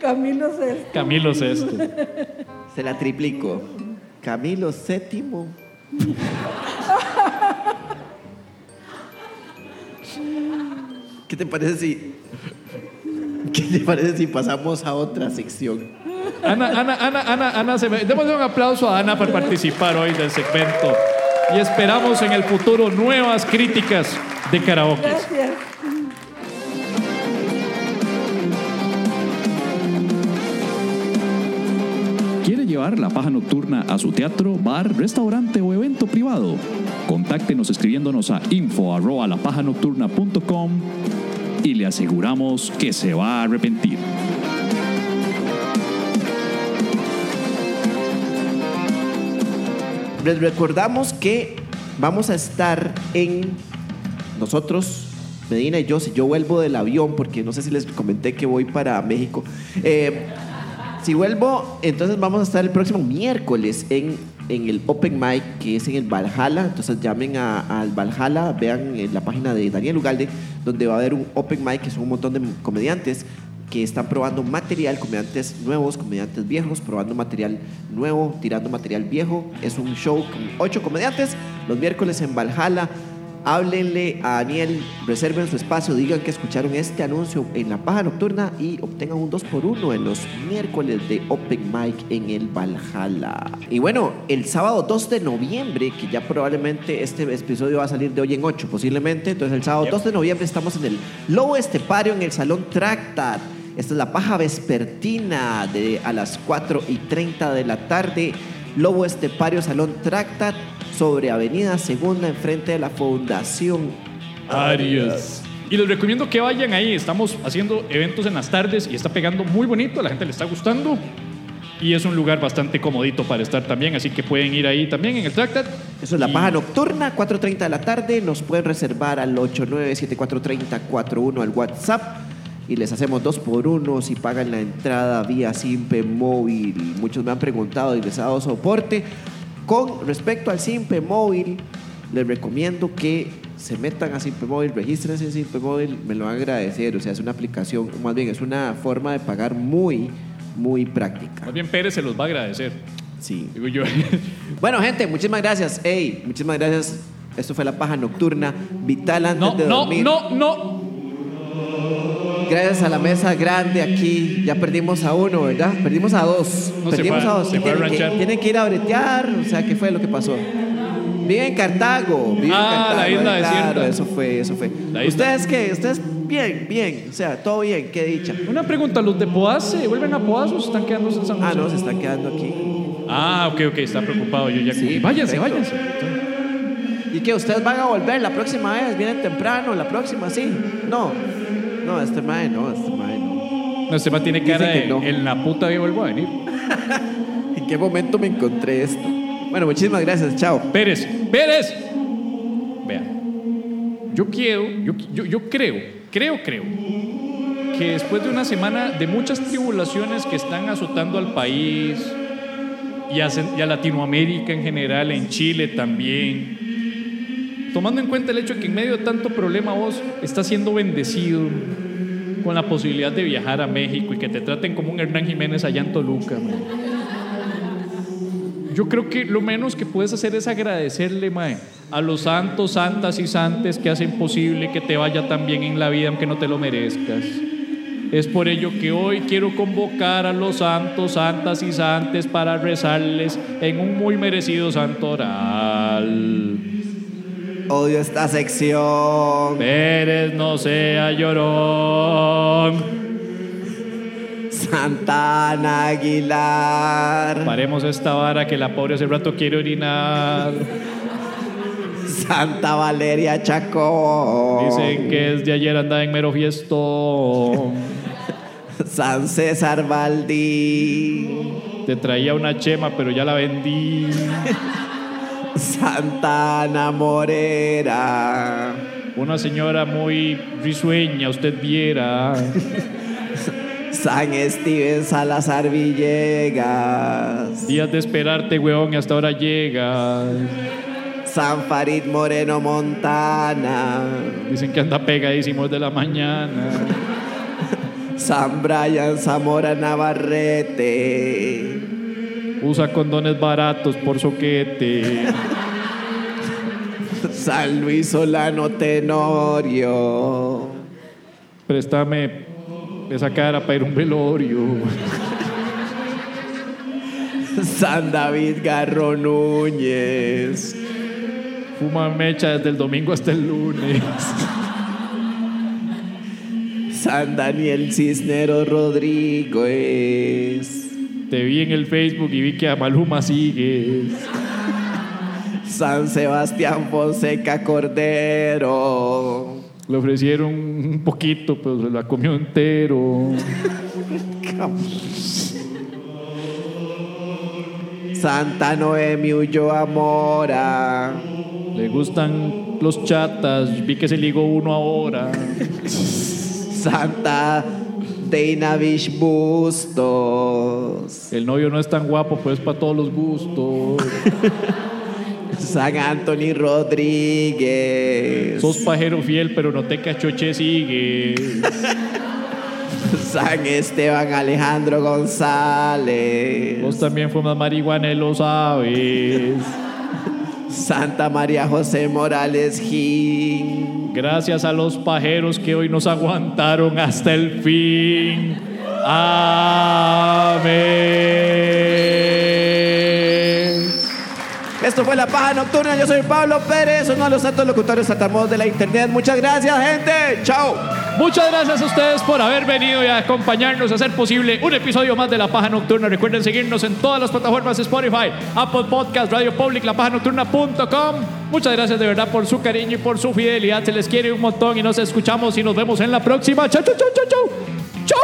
S7: Camilo Sesto.
S1: Camilo Sesto.
S9: Se la triplico. Camilo VII. ¿Qué te parece si.? ¿Qué te parece si pasamos a otra sección?
S1: Ana, Ana, Ana, Ana, Ana, se me- démosle un aplauso a Ana por participar hoy del segmento. Y esperamos en el futuro nuevas críticas de karaoke.
S7: Gracias.
S6: ¿Quiere llevar la paja nocturna a su teatro, bar, restaurante o evento privado? Contáctenos escribiéndonos a info arroba lapajanocturna.com y le aseguramos que se va a arrepentir.
S9: Les recordamos que vamos a estar en nosotros, Medina y yo, si yo vuelvo del avión, porque no sé si les comenté que voy para México. Eh, si vuelvo, entonces vamos a estar el próximo miércoles en, en el Open Mic, que es en el Valhalla. Entonces llamen a- al Valhalla, vean en la página de Daniel Ugalde, donde va a haber un Open Mic, que son un montón de comediantes que están probando material, comediantes nuevos, comediantes viejos, probando material nuevo, tirando material viejo. Es un show con ocho comediantes, los miércoles en Valhalla. Háblenle a Daniel, reserven su espacio, digan que escucharon este anuncio en La Paja Nocturna y obtengan un 2x1 en los miércoles de Open Mic en el Valhalla. Y bueno, el sábado 2 de noviembre, que ya probablemente este episodio va a salir de hoy en 8 posiblemente, entonces el sábado 2 de noviembre estamos en el Lobo Estepario en el Salón Tractat. Esta es la paja vespertina de a las 4 y 30 de la tarde. Lobo Estepario Salón Tractat, sobre Avenida Segunda, enfrente de la Fundación.
S1: Arias. Y les recomiendo que vayan ahí. Estamos haciendo eventos en las tardes y está pegando muy bonito. A la gente le está gustando. Y es un lugar bastante comodito para estar también. Así que pueden ir ahí también en el Tractat.
S9: Eso es la
S1: Y-
S9: paja nocturna, 4.30 de la tarde. Nos pueden reservar al 89743041 al WhatsApp. Y les hacemos dos por uno si pagan la entrada vía Simpe Móvil. Muchos me han preguntado y les he dado soporte. Con respecto al Simpe Móvil, les recomiendo que se metan a Simpe Móvil, regístrense en Simpe Móvil, me lo van a agradecer. O sea, es una aplicación, más bien, es una forma de pagar muy, muy práctica.
S1: Más bien Pérez se los va a agradecer.
S9: Sí.
S1: Digo yo.
S9: Bueno, gente, muchísimas gracias. Ey, muchísimas gracias. Esto fue La Paja Nocturna. Vital antes
S1: No,
S9: de
S1: no,
S9: dormir.
S1: no, no.
S9: Gracias a la mesa grande aquí. Ya perdimos a uno, ¿verdad? Perdimos a dos.
S1: No, se
S9: perdimos
S1: fue a-
S9: a dos.
S1: se fue a
S9: tienen, que,
S1: ranchar.
S9: tienen que ir a bretear. O sea, ¿qué fue lo que pasó? Vive en Cartago. Vive
S1: Ah,
S9: en
S1: la
S9: Cartago.
S1: isla
S9: Ay,
S1: desierta.
S9: claro, Eso fue, eso fue.
S1: La isla.
S9: ¿Ustedes qué? ¿Ustedes bien, bien? O sea, todo bien, qué dicha.
S1: Una pregunta, ¿los de Poaz se vuelven a Poaz o se están quedándose en San José?
S9: Ah, no, se están quedando aquí.
S1: Ah, ok, ok, está preocupado. Yo ya
S9: Sí,
S1: váyanse,
S9: perfecto.
S1: váyanse.
S9: ¿Y qué? ¿Ustedes van a volver la próxima vez? ¿Vienen temprano? ¿La próxima sí? No. No, este mae no, este mae no.
S1: No, este man tiene cara
S9: Dicen
S1: de
S9: que no.
S1: en la puta vida vuelvo a venir.
S9: ¿En qué momento me encontré esto? Bueno, muchísimas gracias, chao.
S1: Pérez, Pérez. Vea, yo quiero, yo, yo, yo creo, creo, creo, que después de una semana de muchas tribulaciones que están azotando al país y a, Cen- y a Latinoamérica en general, en Chile también, tomando en cuenta el hecho de que en medio de tanto problema vos estás siendo bendecido con la posibilidad de viajar a México y que te traten como un Hernán Jiménez allá en Toluca, man. Yo creo que lo menos que puedes hacer es agradecerle, mae, a los santos, santas y santes que hacen posible que te vaya tan bien en la vida aunque no te lo merezcas. Es por ello que hoy quiero convocar a los santos, santas y santes para rezarles en un muy merecido santoral.
S9: Odio esta sección.
S1: Pérez no sea llorón.
S9: Santana Aguilar.
S1: Paremos esta vara que la pobre hace rato quiere orinar.
S9: Santa Valeria Chacón.
S1: Dicen que es de ayer anda en mero fiesto.
S9: San César Valdí.
S1: Te traía una chema, pero ya la vendí.
S9: Santa Ana Morera.
S1: Una señora muy risueña, usted viera.
S9: San Steven Salazar Villegas.
S1: Días de esperarte, weón, y hasta ahora llegas.
S9: San Farid Moreno Montana.
S1: Dicen que anda pegadísimo de la mañana.
S9: San Brian Zamora Navarrete.
S1: Usa condones baratos por soquete.
S9: San Luis Solano Tenorio,
S1: Préstame esa cara para ir a un velorio.
S9: San David Garro Núñez,
S1: Fuma mecha desde el domingo hasta el lunes.
S9: San Daniel Cisneros Rodríguez,
S1: Te vi en el Facebook y vi que a Maluma sigues.
S9: San Sebastián Fonseca Cordero,
S1: Le ofrecieron un poquito, pero se la comió entero.
S9: Santa Noemi Ulloa Mora,
S1: Le gustan los chatas, vi que se ligó uno ahora.
S9: Santa Deinavich Bustos,
S1: El novio no es tan guapo, pues para todos los gustos.
S9: San Anthony Rodríguez,
S1: Sos pajero fiel, pero no te cachoche sigue.
S9: San Esteban Alejandro González.
S1: Vos también fumas marihuana y lo sabes.
S9: Santa María José Morales Gil,
S1: Gracias a los pajeros que hoy nos aguantaron hasta el fin. Amén.
S9: Esto fue La Paja Nocturna. Yo soy Pablo Pérez, uno de los santos locutores atamos de la internet. Muchas gracias, gente. Chao.
S1: Muchas gracias a ustedes por haber venido y acompañarnos a hacer posible un episodio más de La Paja Nocturna. Recuerden seguirnos en todas las plataformas Spotify, Apple Podcast, Radio Public, lapajanocturna.com. Muchas gracias de verdad por su cariño y por su fidelidad. Se les quiere un montón y nos escuchamos y nos vemos en la próxima. Chau, chau, chau, chau, chau. Chau.